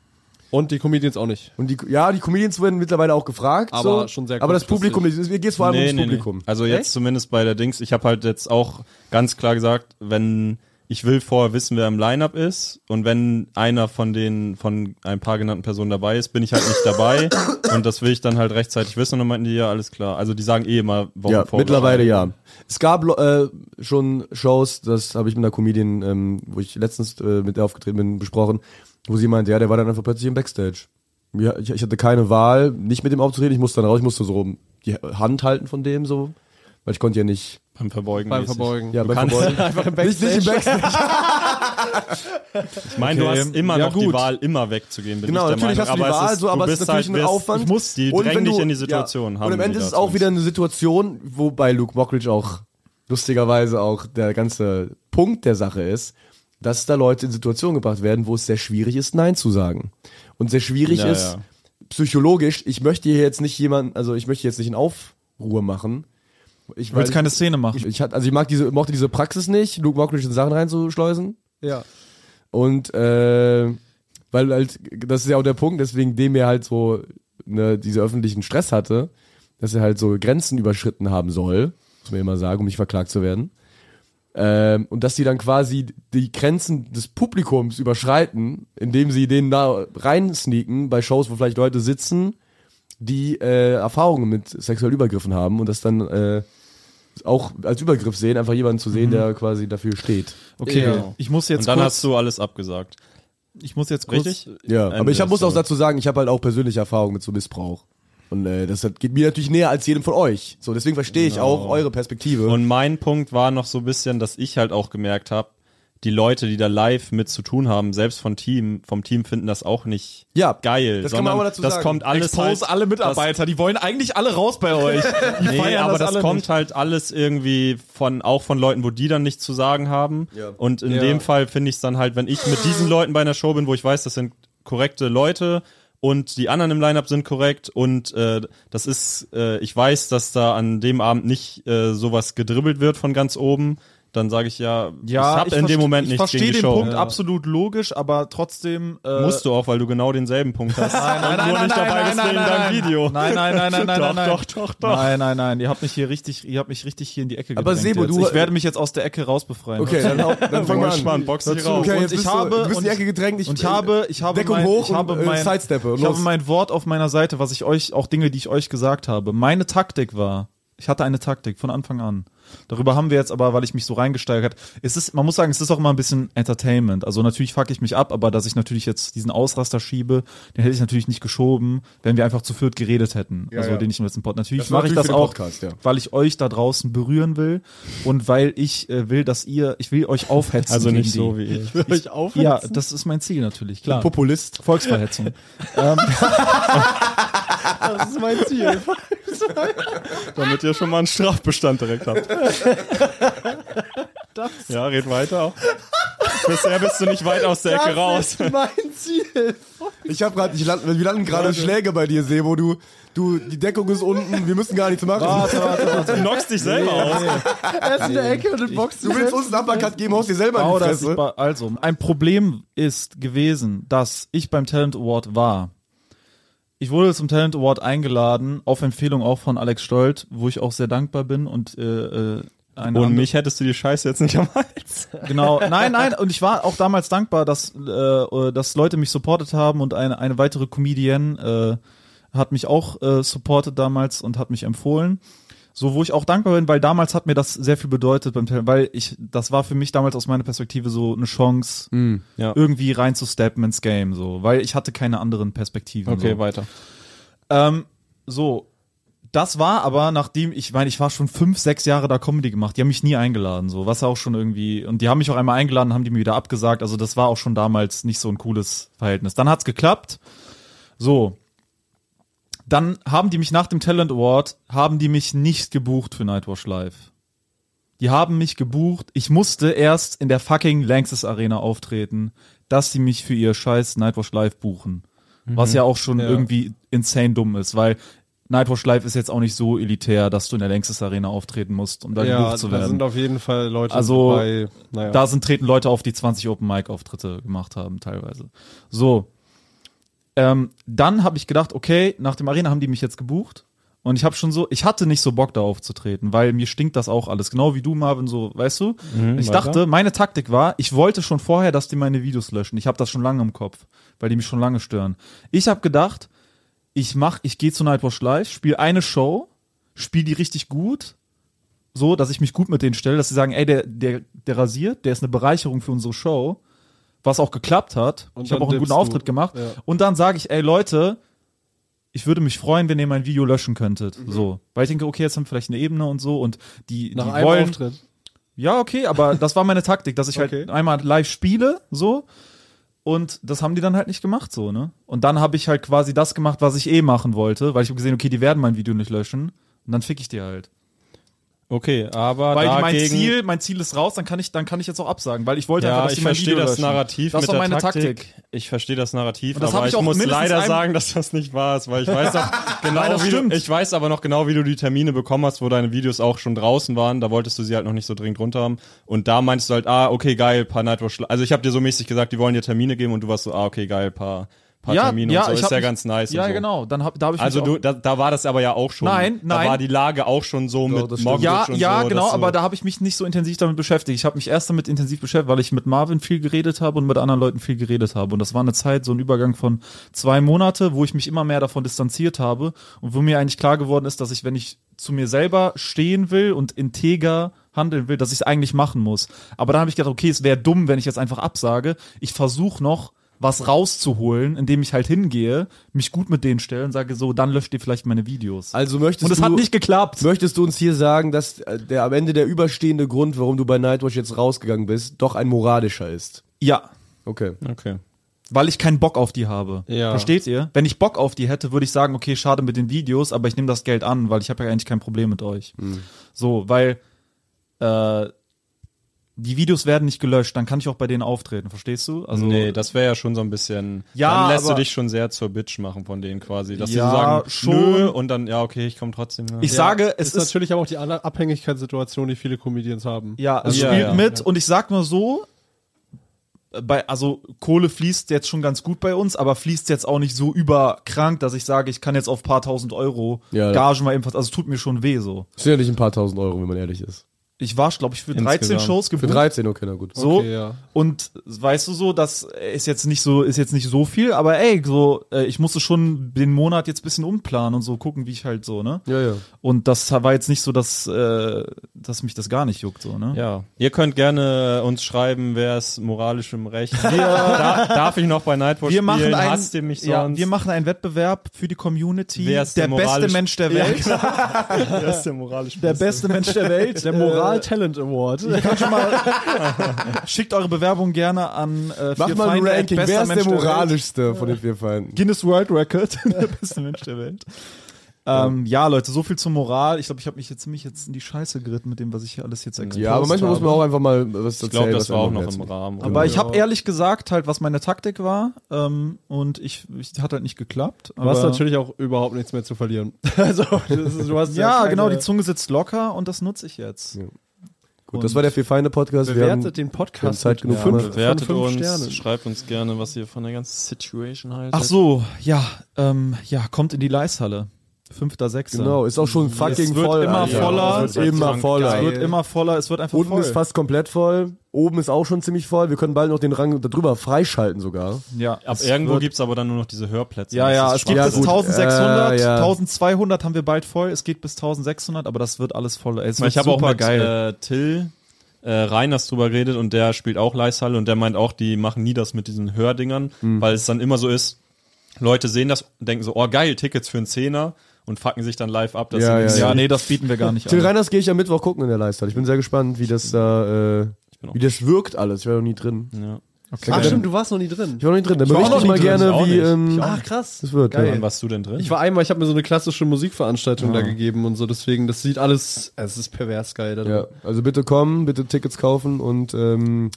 B: Und die Comedians auch nicht.
D: Und die, ja, die Comedians werden mittlerweile auch gefragt.
B: Aber
D: so,
B: schon sehr
D: Aber das
B: kurzfristig.
D: Publikum, mir geht es vor allem
C: Nee,
D: ums
C: nee, nee.
D: Publikum.
C: Also jetzt zumindest bei der Dings, ich habe halt jetzt auch ganz klar gesagt, wenn ich will vorher wissen, wer im Line-up ist und wenn einer von den von ein paar genannten Personen dabei ist, bin ich halt nicht
D: [coughs]
C: dabei und das will ich dann halt rechtzeitig wissen und dann meinten die ja alles klar. Also die sagen eh immer Wochen
D: Ja,
C: vorher.
D: mittlerweile ja. Es gab äh, schon Shows, das habe ich mit einer Comedian, ähm, wo ich letztens äh, mit der aufgetreten bin, besprochen, wo sie meinte, ja, der war dann einfach plötzlich im Backstage. Ja, ich, ich hatte keine Wahl, nicht mit dem aufzutreten, ich musste dann raus, ich musste so rum die Hand halten von dem so, weil ich konnte ja nicht
C: Beim Verbeugen.
B: Beim
C: mäßig.
B: Verbeugen.
D: Ja,
C: Du
D: beim
C: kannst-
D: Verbeugen.
C: [laughs]
D: Nicht, nicht im Backstage.
C: Ich meine,
A: Okay.
C: du hast immer
A: Ja,
C: noch
A: gut.
C: die Wahl, immer wegzugehen. Bin
D: Genau,
C: ich der
D: natürlich hast
C: Meinung.
D: du die
C: aber es
D: Wahl,
C: ist,
D: so, aber es
C: du
D: ist
C: bist
D: natürlich
C: halt,
D: ein
C: wer es-
D: Aufwand.
C: Ich muss, die
D: Und wenn
C: drängen dich
D: du-
C: in die Situation.
D: ja.
C: Haben
D: Und am
C: die
D: Ende ist es
C: dazu.
D: auch wieder eine Situation, wobei Luke Mockridge auch lustigerweise auch der ganze Punkt der Sache ist, dass da Leute in Situationen gebracht werden, wo es sehr schwierig ist, Nein zu sagen. Und sehr schwierig
C: Ja,
D: ist,
C: ja.
D: psychologisch, ich möchte hier jetzt nicht jemanden, also ich möchte jetzt nicht in Aufruhr machen. Ich
A: du willst
D: weiß-
A: keine Szene machen.
D: ich, ich hat, also ich mag diese, mochte diese Praxis nicht, Luke Mockridge in Sachen reinzuschleusen.
B: Ja.
D: Und äh, weil halt, das ist ja auch der Punkt, deswegen dem er halt so ne, diese öffentlichen Stress hatte, dass er halt so Grenzen überschritten haben soll, muss man immer sagen, um nicht verklagt zu werden. Ähm, und dass sie dann quasi die Grenzen des Publikums überschreiten, indem sie denen da reinsneaken bei Shows, wo vielleicht Leute sitzen, die äh, Erfahrungen mit sexuellen Übergriffen haben und das dann äh, auch als Übergriff sehen, einfach jemanden zu sehen, der quasi dafür steht.
A: Okay,
C: Ja.
A: ich muss jetzt
C: Und dann
A: kurz.
C: hast du alles abgesagt.
A: ich muss jetzt kurz.
C: Richtig?
D: Ja,
C: Ende
D: aber ich hab, muss
C: ist
D: auch
C: so.
D: dazu sagen, ich habe halt auch persönliche Erfahrungen mit so Missbrauch. Und äh, das hat, geht mir natürlich näher als jedem von euch. So, deswegen verstehe ich auch eure Perspektive.
C: Genau. Und mein Punkt war noch so ein bisschen, dass ich halt auch gemerkt habe, die Leute, die da live mit zu tun haben, selbst vom Team, vom Team finden das auch nicht
D: Ja,
C: geil.
D: das kann man
C: sondern
D: auch mal dazu
C: das
D: sagen.
C: kommt alles
A: Expose
C: halt,
A: alle Mitarbeiter, die wollen eigentlich alle raus
B: [laughs]
A: bei euch. Die
C: Das, nee,
A: feiern
C: aber
A: das,
C: das,
A: alle
C: kommt
A: nicht.
C: halt alles irgendwie von auch von Leuten, wo die dann nichts zu sagen haben.
D: Ja.
C: Und in dem Fall finde ich es dann halt, wenn ich mit diesen Leuten bei einer Show bin, wo ich weiß, das sind korrekte Leute und die anderen im Lineup sind korrekt und äh, das ist, äh, ich weiß, dass da an dem Abend nicht äh, sowas gedribbelt wird von ganz oben. Dann sage ich ja,
A: Ja,
C: ich habe in
A: verste-
C: dem Moment
A: ich
C: nichts
A: verstehe
C: gegen die
A: den
C: Show.
A: Punkt absolut logisch, aber trotzdem äh,
C: Musst du auch, weil du genau denselben Punkt hast.
A: Nein, nein,
C: und nur
A: nein,
C: nicht
A: nein,
C: dabei
A: nein,
C: bist
A: nein,
C: wegen
A: nein,
C: deinem
A: nein.
C: Video.
A: Nein, nein, nein, nein, nein,
C: Doch,
A: nein.
C: doch, doch, doch.
A: Nein, nein, nein, ihr habt mich hier richtig, ihr habt mich richtig hier in die Ecke
D: Aber
A: gedrängt
D: Sebo,
A: jetzt.
D: du-
A: Ich werde mich jetzt aus der Ecke rausbefreien.
D: okay, dann, hau- dann fangen wir an.
C: Mann, box dich
A: Dazu.
C: raus.
A: Und
D: Okay, jetzt
A: ich
D: bist
A: habe-
D: du, du bist in die
A: und-
D: Ecke gedrängt. Ich, äh,
A: Und ich habe, ich habe
D: Deckung
A: mein,
D: hoch
A: ich habe
D: und, äh,
A: mein,
D: Sidesteppe.
A: ich
D: Los.
A: habe
C: [laughs]
A: mein Wort auf meiner Seite, was ich euch, auch Dinge, die ich euch gesagt habe. Meine Taktik war, ich hatte eine Taktik von Anfang an. Darüber haben wir jetzt aber, weil ich mich so reingesteigert habe. Es ist, man muss sagen, es ist auch immer ein bisschen Entertainment. Also natürlich fuck ich mich ab, aber dass ich natürlich jetzt diesen Ausraster schiebe, den hätte ich natürlich nicht geschoben, wenn wir einfach zu viert geredet hätten. also
D: ja.
A: den ich im letzten Pod. Natürlich
D: Das war
A: mache ich das
D: natürlich für den
A: auch,
D: Podcast, ja.
A: weil ich euch da draußen berühren will und weil ich äh, will, dass ihr, ich will euch aufhetzen.
C: Also nicht
A: gegen
C: so wie ich.
B: euch
A: die. Ja, das ist mein Ziel natürlich, klar.
D: Populist.
A: [laughs] Volksverhetzung.
B: das ist mein Ziel.
C: Damit ihr schon mal einen Strafbestand
A: [laughs]
C: direkt habt. Ja, red weiter. Bisher bist du nicht weit aus der Ecke raus.
B: [laughs] mein Ziel.
D: Ich habe gerade, ich land, wir landen gerade Schläge bei dir, Sebo. Du, du, die Deckung ist unten. Wir müssen gar nichts machen. [laughs]
C: Du knockst dich selber aus.
B: Er ist in der Ecke und boxt
D: Du willst uns einen Uppercut geben, haust dir selber in
A: Genau,
D: die
A: dass ich
D: Fresse.
A: bei, also, ein Problem ist gewesen, dass ich beim Talent Award war. Ich wurde zum Talent Award eingeladen, auf Empfehlung auch von Alex Stolt, wo ich auch sehr dankbar bin und äh, äh, eine andere-
C: Und mich hättest du die Scheiße jetzt nicht am Hals.
A: Genau, nein, nein, und ich war auch damals dankbar, dass, äh, dass Leute mich supportet haben und eine, eine weitere Comedian äh, hat mich auch äh, supportet damals und hat mich empfohlen. So, wo ich auch dankbar bin, weil damals hat mir das sehr viel bedeutet beim Talent, weil ich, das war für mich damals aus meiner Perspektive so eine Chance,
C: Mm, Ja.
A: irgendwie reinzusteppen ins Game, so, weil ich hatte keine anderen Perspektiven. so.
C: weiter.
A: Ähm, so, das war aber, nachdem, ich meine, ich war schon fünf, sechs Jahre da Comedy gemacht, die haben mich nie eingeladen, so, was auch schon irgendwie, und die haben mich auch einmal eingeladen, haben die mir wieder abgesagt, also das war auch schon damals nicht so ein cooles Verhältnis. Dann hat's geklappt, so. Dann haben die mich nach dem Talent Award, haben die mich nicht gebucht für Nightwatch Live. Die haben mich gebucht, ich musste erst in der fucking Lanxess Arena auftreten, dass die mich für ihr scheiß Nightwatch Live buchen.
B: Mhm.
A: Was ja auch schon irgendwie insane dumm ist, weil Nightwatch Live ist jetzt auch nicht so elitär, dass du in der Lanxess Arena auftreten musst, um da
B: Ja,
A: gebucht zu
B: da
A: werden.
B: sind auf jeden Fall Leute
A: Also,
B: bei, naja.
A: Da sind treten Leute auf, die 20 Open Mic Auftritte gemacht haben, teilweise. So. Ähm, dann habe ich gedacht, okay, nach dem Arena haben die mich jetzt gebucht. Und ich habe schon so, ich hatte nicht so Bock da aufzutreten, weil mir stinkt das auch alles. Genau wie du, Marvin, so, weißt du? ich
C: weiter.
A: dachte, meine Taktik war, ich wollte schon vorher, dass die meine Videos löschen. Ich habe das schon lange im Kopf, weil die mich schon lange stören. Ich habe gedacht, ich mach, ich gehe zu Nightwatch Live, spiele eine Show, spiele die richtig gut, so, dass ich mich gut mit denen stelle, dass sie sagen, ey, der, der, der rasiert, der ist eine Bereicherung für unsere Show, was auch geklappt hat.
B: Und
A: ich habe
B: dann
A: auch einen guten
B: dippst du.
A: Auftritt gemacht.
B: Ja.
A: Und dann sage ich, ey, Leute, ich würde mich freuen, wenn ihr mein Video löschen könntet. So. Weil ich denke, okay, jetzt haben wir vielleicht eine Ebene und so und die,
B: Mhm. nach
A: die
B: einem
A: wollen.
B: Auftritt.
A: Ja, okay, aber das war meine Taktik, dass ich
B: Okay.
A: halt einmal live spiele, so. Und das haben die dann halt nicht gemacht, so, ne? Und dann habe ich halt quasi das gemacht, was ich eh machen wollte, weil ich habe gesehen, okay, die werden mein Video nicht löschen. Und dann fick ich die halt.
C: Okay, aber
A: Weil die mein
C: dagegen,
A: Ziel, mein Ziel ist raus, dann kann ich, dann kann ich jetzt auch absagen, weil ich wollte einfach,
C: ja,
A: dass die
C: ich
A: mein
C: verstehe
A: Video
C: das
A: löschen.
C: Narrativ
A: Das
C: mit
A: war
C: der
A: meine
C: Taktik.
A: Taktik.
C: Ich verstehe das Narrativ,
A: das hab
C: aber
A: ich
C: ich,
A: auch
C: muss
A: mindestens
C: leider
A: einem-
C: sagen, dass das nicht wahr ist, weil ich
A: [laughs]
C: weiß auch genau,
A: Nein, das
C: wie
A: stimmt.
C: du, ich weiß aber noch genau, wie du die Termine bekommen hast, wo deine Videos auch schon draußen waren. Da wolltest du sie halt noch nicht so dringend runter haben. Und da meinst du halt, ah, okay, geil, paar Nightwatch. Also ich habe dir so mäßig gesagt, die wollen dir Termine geben und du warst so, ah, okay, geil, paar, paar
A: Ja,
C: Termine
A: ja,
C: und so.
A: ich
C: Ist
A: hab
C: ja
A: mich-
C: ganz nice.
A: Ja,
C: und so.
A: genau. Dann hab, da habe ich
C: Also
A: mich
C: du,
A: auch,
C: da, da war das aber ja auch schon.
A: Nein, nein.
C: Da war die Lage auch schon so
D: das
C: mit
D: stimmt.
C: Mogdic
A: ja,
C: und
A: ja,
C: so.
A: genau,
C: dass du-
A: aber da habe ich mich nicht so intensiv damit beschäftigt. Ich habe mich erst damit intensiv beschäftigt, weil ich mit Marvin viel geredet habe und mit anderen Leuten viel geredet habe. Und das war eine Zeit, so ein Übergang von zwei Monate, wo ich mich immer mehr davon distanziert habe und wo mir eigentlich klar geworden ist, dass ich, wenn ich zu mir selber stehen will und integer handeln will, dass ich es eigentlich machen muss. Aber dann habe ich gedacht, okay, es wäre dumm, wenn ich jetzt einfach absage. Ich versuche noch was rauszuholen, indem ich halt hingehe, mich gut mit denen stelle und sage so, dann löscht ihr vielleicht meine Videos.
D: Also möchtest
A: und es
D: du,
A: hat nicht geklappt.
D: möchtest du uns hier sagen, dass äh, der am Ende der überstehende Grund, warum du bei Nightwatch jetzt rausgegangen bist, doch ein moralischer ist?
A: Ja,
D: Okay.
C: Okay.
A: weil ich keinen Bock auf die habe.
C: Ja.
A: Versteht ihr? Wenn ich Bock auf die hätte, würde ich sagen, okay, schade mit den Videos, aber ich nehme das Geld an, weil ich habe ja eigentlich kein Problem mit euch.
C: Mhm.
A: So, weil äh, die Videos werden nicht gelöscht, dann kann ich auch bei denen auftreten, verstehst du? Also
C: nee, das wäre ja schon so ein bisschen.
A: Ja,
C: dann lässt du
A: aber-
C: dich schon sehr zur Bitch machen von denen quasi. Dass
A: Ja,
C: sie sagen,
A: schon.
C: nö, und dann, ja, okay, ich komme trotzdem. Ja.
A: ich sage, es
B: ist,
A: ist
B: natürlich aber auch die andere Abhängigkeitssituation, die viele Comedians haben. Also
A: Ja, also es
C: Ja,
A: spielt
C: ja.
A: mit und ich sag nur so, bei, also Kohle fließt jetzt schon ganz gut bei uns, aber fließt jetzt auch nicht so überkrank, dass ich sage, ich kann jetzt auf paar tausend Euro
D: Ja.
A: Gage mal ebenfalls, also es tut mir schon weh so.
D: Das sind ja nicht ein paar tausend Euro, wenn man ehrlich ist.
A: Ich war, glaube ich, für 13
C: Insgesamt.
A: Shows
D: Für
A: gebucht.
D: 13, okay, na gut.
A: Hm? So.
B: Okay, ja.
A: Und weißt du so, das ist jetzt nicht so, ist jetzt nicht so viel, aber ey, so, äh, ich musste schon den Monat jetzt bisschen umplanen und so gucken, wie ich halt so, ne?
D: Ja, ja.
A: Und das war jetzt nicht so, dass, äh, dass mich das gar nicht juckt, so, ne?
C: Ja, ihr könnt gerne uns schreiben, wer ist moralisch im Recht. [laughs] da, darf ich noch bei Nightwatch
A: wir machen
C: spielen?
A: einen,
C: Hasst ihr mich sonst?
A: Ja, wir machen einen Wettbewerb für die Community.
C: Wer ist
A: der
C: der
A: beste
C: moralisch- genau.
A: Mensch der Welt.
C: das ist der moralisch
A: Der beste Mensch
B: [laughs]
A: der Welt.
B: Der Moral Talent Award.
A: Äh, schon mal, schickt eure Bewerbung gerne an äh,
D: Mach
A: vier
D: mal ein
A: Feinde,
D: Ranking.
A: bester
D: Wer ist der
A: Mensch Welt.
D: moralischste von den vier Feinden?
A: Guinness World Record. der beste Mensch der Welt. Ähm, ja, Leute, so viel zur Moral. Ich glaube, ich habe mich jetzt ziemlich jetzt in die Scheiße geritten mit dem, was ich hier alles jetzt exposed
D: Ja, aber manchmal muss
A: habe.
D: man auch einfach mal was erzählen.
C: Ich glaube,
D: was
C: das war auch
D: einem
C: noch
D: Herzen
C: im
D: liegt.
C: Rahmen.
A: Aber ich
C: Ja.
A: habe ehrlich gesagt halt, was meine Taktik war ähm, und ich, ich hat halt nicht geklappt.
B: Du hast
A: aber-
B: natürlich auch überhaupt nichts mehr zu verlieren. Also, das ist, du hast
A: ja, genau, die
B: keine-
A: Zunge sitzt locker und das nutze ich jetzt.
D: [laughs] Gut, das war der vier Feinde Podcast. Wir haben,
B: Bewertet den
D: wir haben
B: Podcast.
D: Zeit genug.
B: mit
D: Fünf-
C: Bewertet
B: von
C: uns,
B: fünf Sternen.
C: schreibt uns gerne, was ihr von der ganzen Situation haltet.
A: Ach so, ja, ähm, ja, kommt in die Leishalle. Fünfter, sechster.
D: Genau, ist auch schon fucking
A: Es wird
D: voll.
A: immer
D: Alter.
A: voller.
D: Es wird immer voller.
A: Es wird immer voller, es wird einfach
D: Unten
A: voll.
D: ist fast komplett voll. Oben ist auch schon ziemlich voll. Wir können bald noch den Rang darüber freischalten sogar.
A: ja,
C: Ab
A: es
C: irgendwo
A: wird-
C: gibt's aber dann nur noch diese Hörplätze.
A: Ja,
C: Das
A: ja,
C: ist
A: es gibt
D: Ja,
A: bis
D: gut.
A: 1600,
D: Äh, ja.
A: 1200 haben wir bald voll, es geht bis 1600, aber das wird alles voll. Ey, es
C: Weil
A: wird
C: ich habe auch
A: super
C: mit
A: geil.
C: äh, Till äh, Reiners drüber geredet und der spielt auch Leishalle und der meint auch, die machen nie das mit diesen Hördingern, weil es dann immer so ist, Leute sehen das und denken so, oh geil, Tickets für einen Zehner und fucken sich dann live ab. dass
D: Ja,
C: sie nicht
D: ja,
C: sehen.
A: ja, nee, das bieten wir gar nicht
D: Till
A: an.
D: Reiners gehe ich am Mittwoch gucken in der Leistung. Ich bin sehr gespannt, wie das da, äh,
C: bin auch-
D: wie das wirkt alles. Ich war noch nie drin. Ah,
C: Ja.
A: Okay.
B: Ach stimmt, du warst noch nie drin.
D: Ich war noch nie drin. Dann
C: Ich war auch
D: berichte ich
C: noch
D: mal
C: nie drin. Ich
D: gerne,
C: auch
D: wie
C: nicht.
D: ähm,
B: Ach krass.
D: das wird.
B: Geil.
D: Ja.
C: Wann warst du denn drin?
B: Ich war einmal, ich habe mir so eine klassische Musikveranstaltung da gegeben und so, deswegen, das sieht alles, es ist pervers geil. Da
D: ja, also bitte kommen, bitte Tickets kaufen und ähm,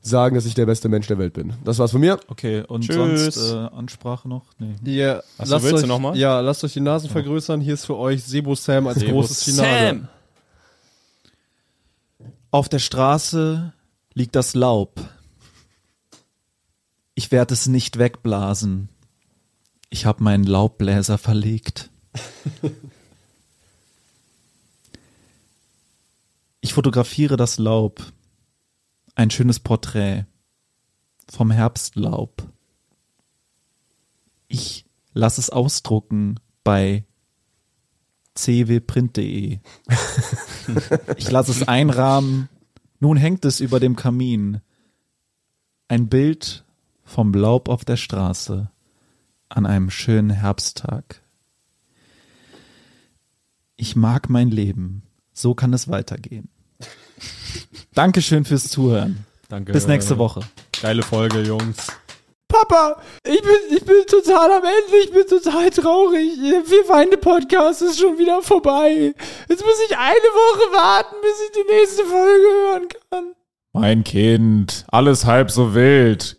D: sagen, dass ich der beste Mensch der Welt bin. Das war's von mir.
A: Okay, und
C: Tschüss.
A: sonst äh, Ansprache noch? Nee.
B: Ihr,
C: Achso, willst
B: euch,
C: du noch mal?
B: Ja, lasst euch die Nasen vergrößern. Hier ist für euch Sebo Sam als großes Finale.
C: Sam!
A: Auf der Straße liegt das Laub. Ich werde es nicht wegblasen. Ich habe meinen Laubbläser verlegt. Ich fotografiere das Laub. Ein schönes Porträt vom Herbstlaub. Ich lasse es ausdrucken bei cwprint.de. Ich lasse es einrahmen. Nun hängt es über dem Kamin. Ein Bild vom Laub auf der Straße an einem schönen Herbsttag. Ich mag mein Leben. So kann es weitergehen. Dankeschön fürs Zuhören.
C: Danke.
A: Bis nächste Woche.
C: Geile Folge, Jungs.
F: Papa, ich bin, ich bin total am Ende, ich bin total traurig. Der Vier-Feinde-Podcast ist schon wieder vorbei. Jetzt muss ich eine Woche warten, bis ich die nächste Folge hören kann.
G: Mein Kind, alles halb so wild.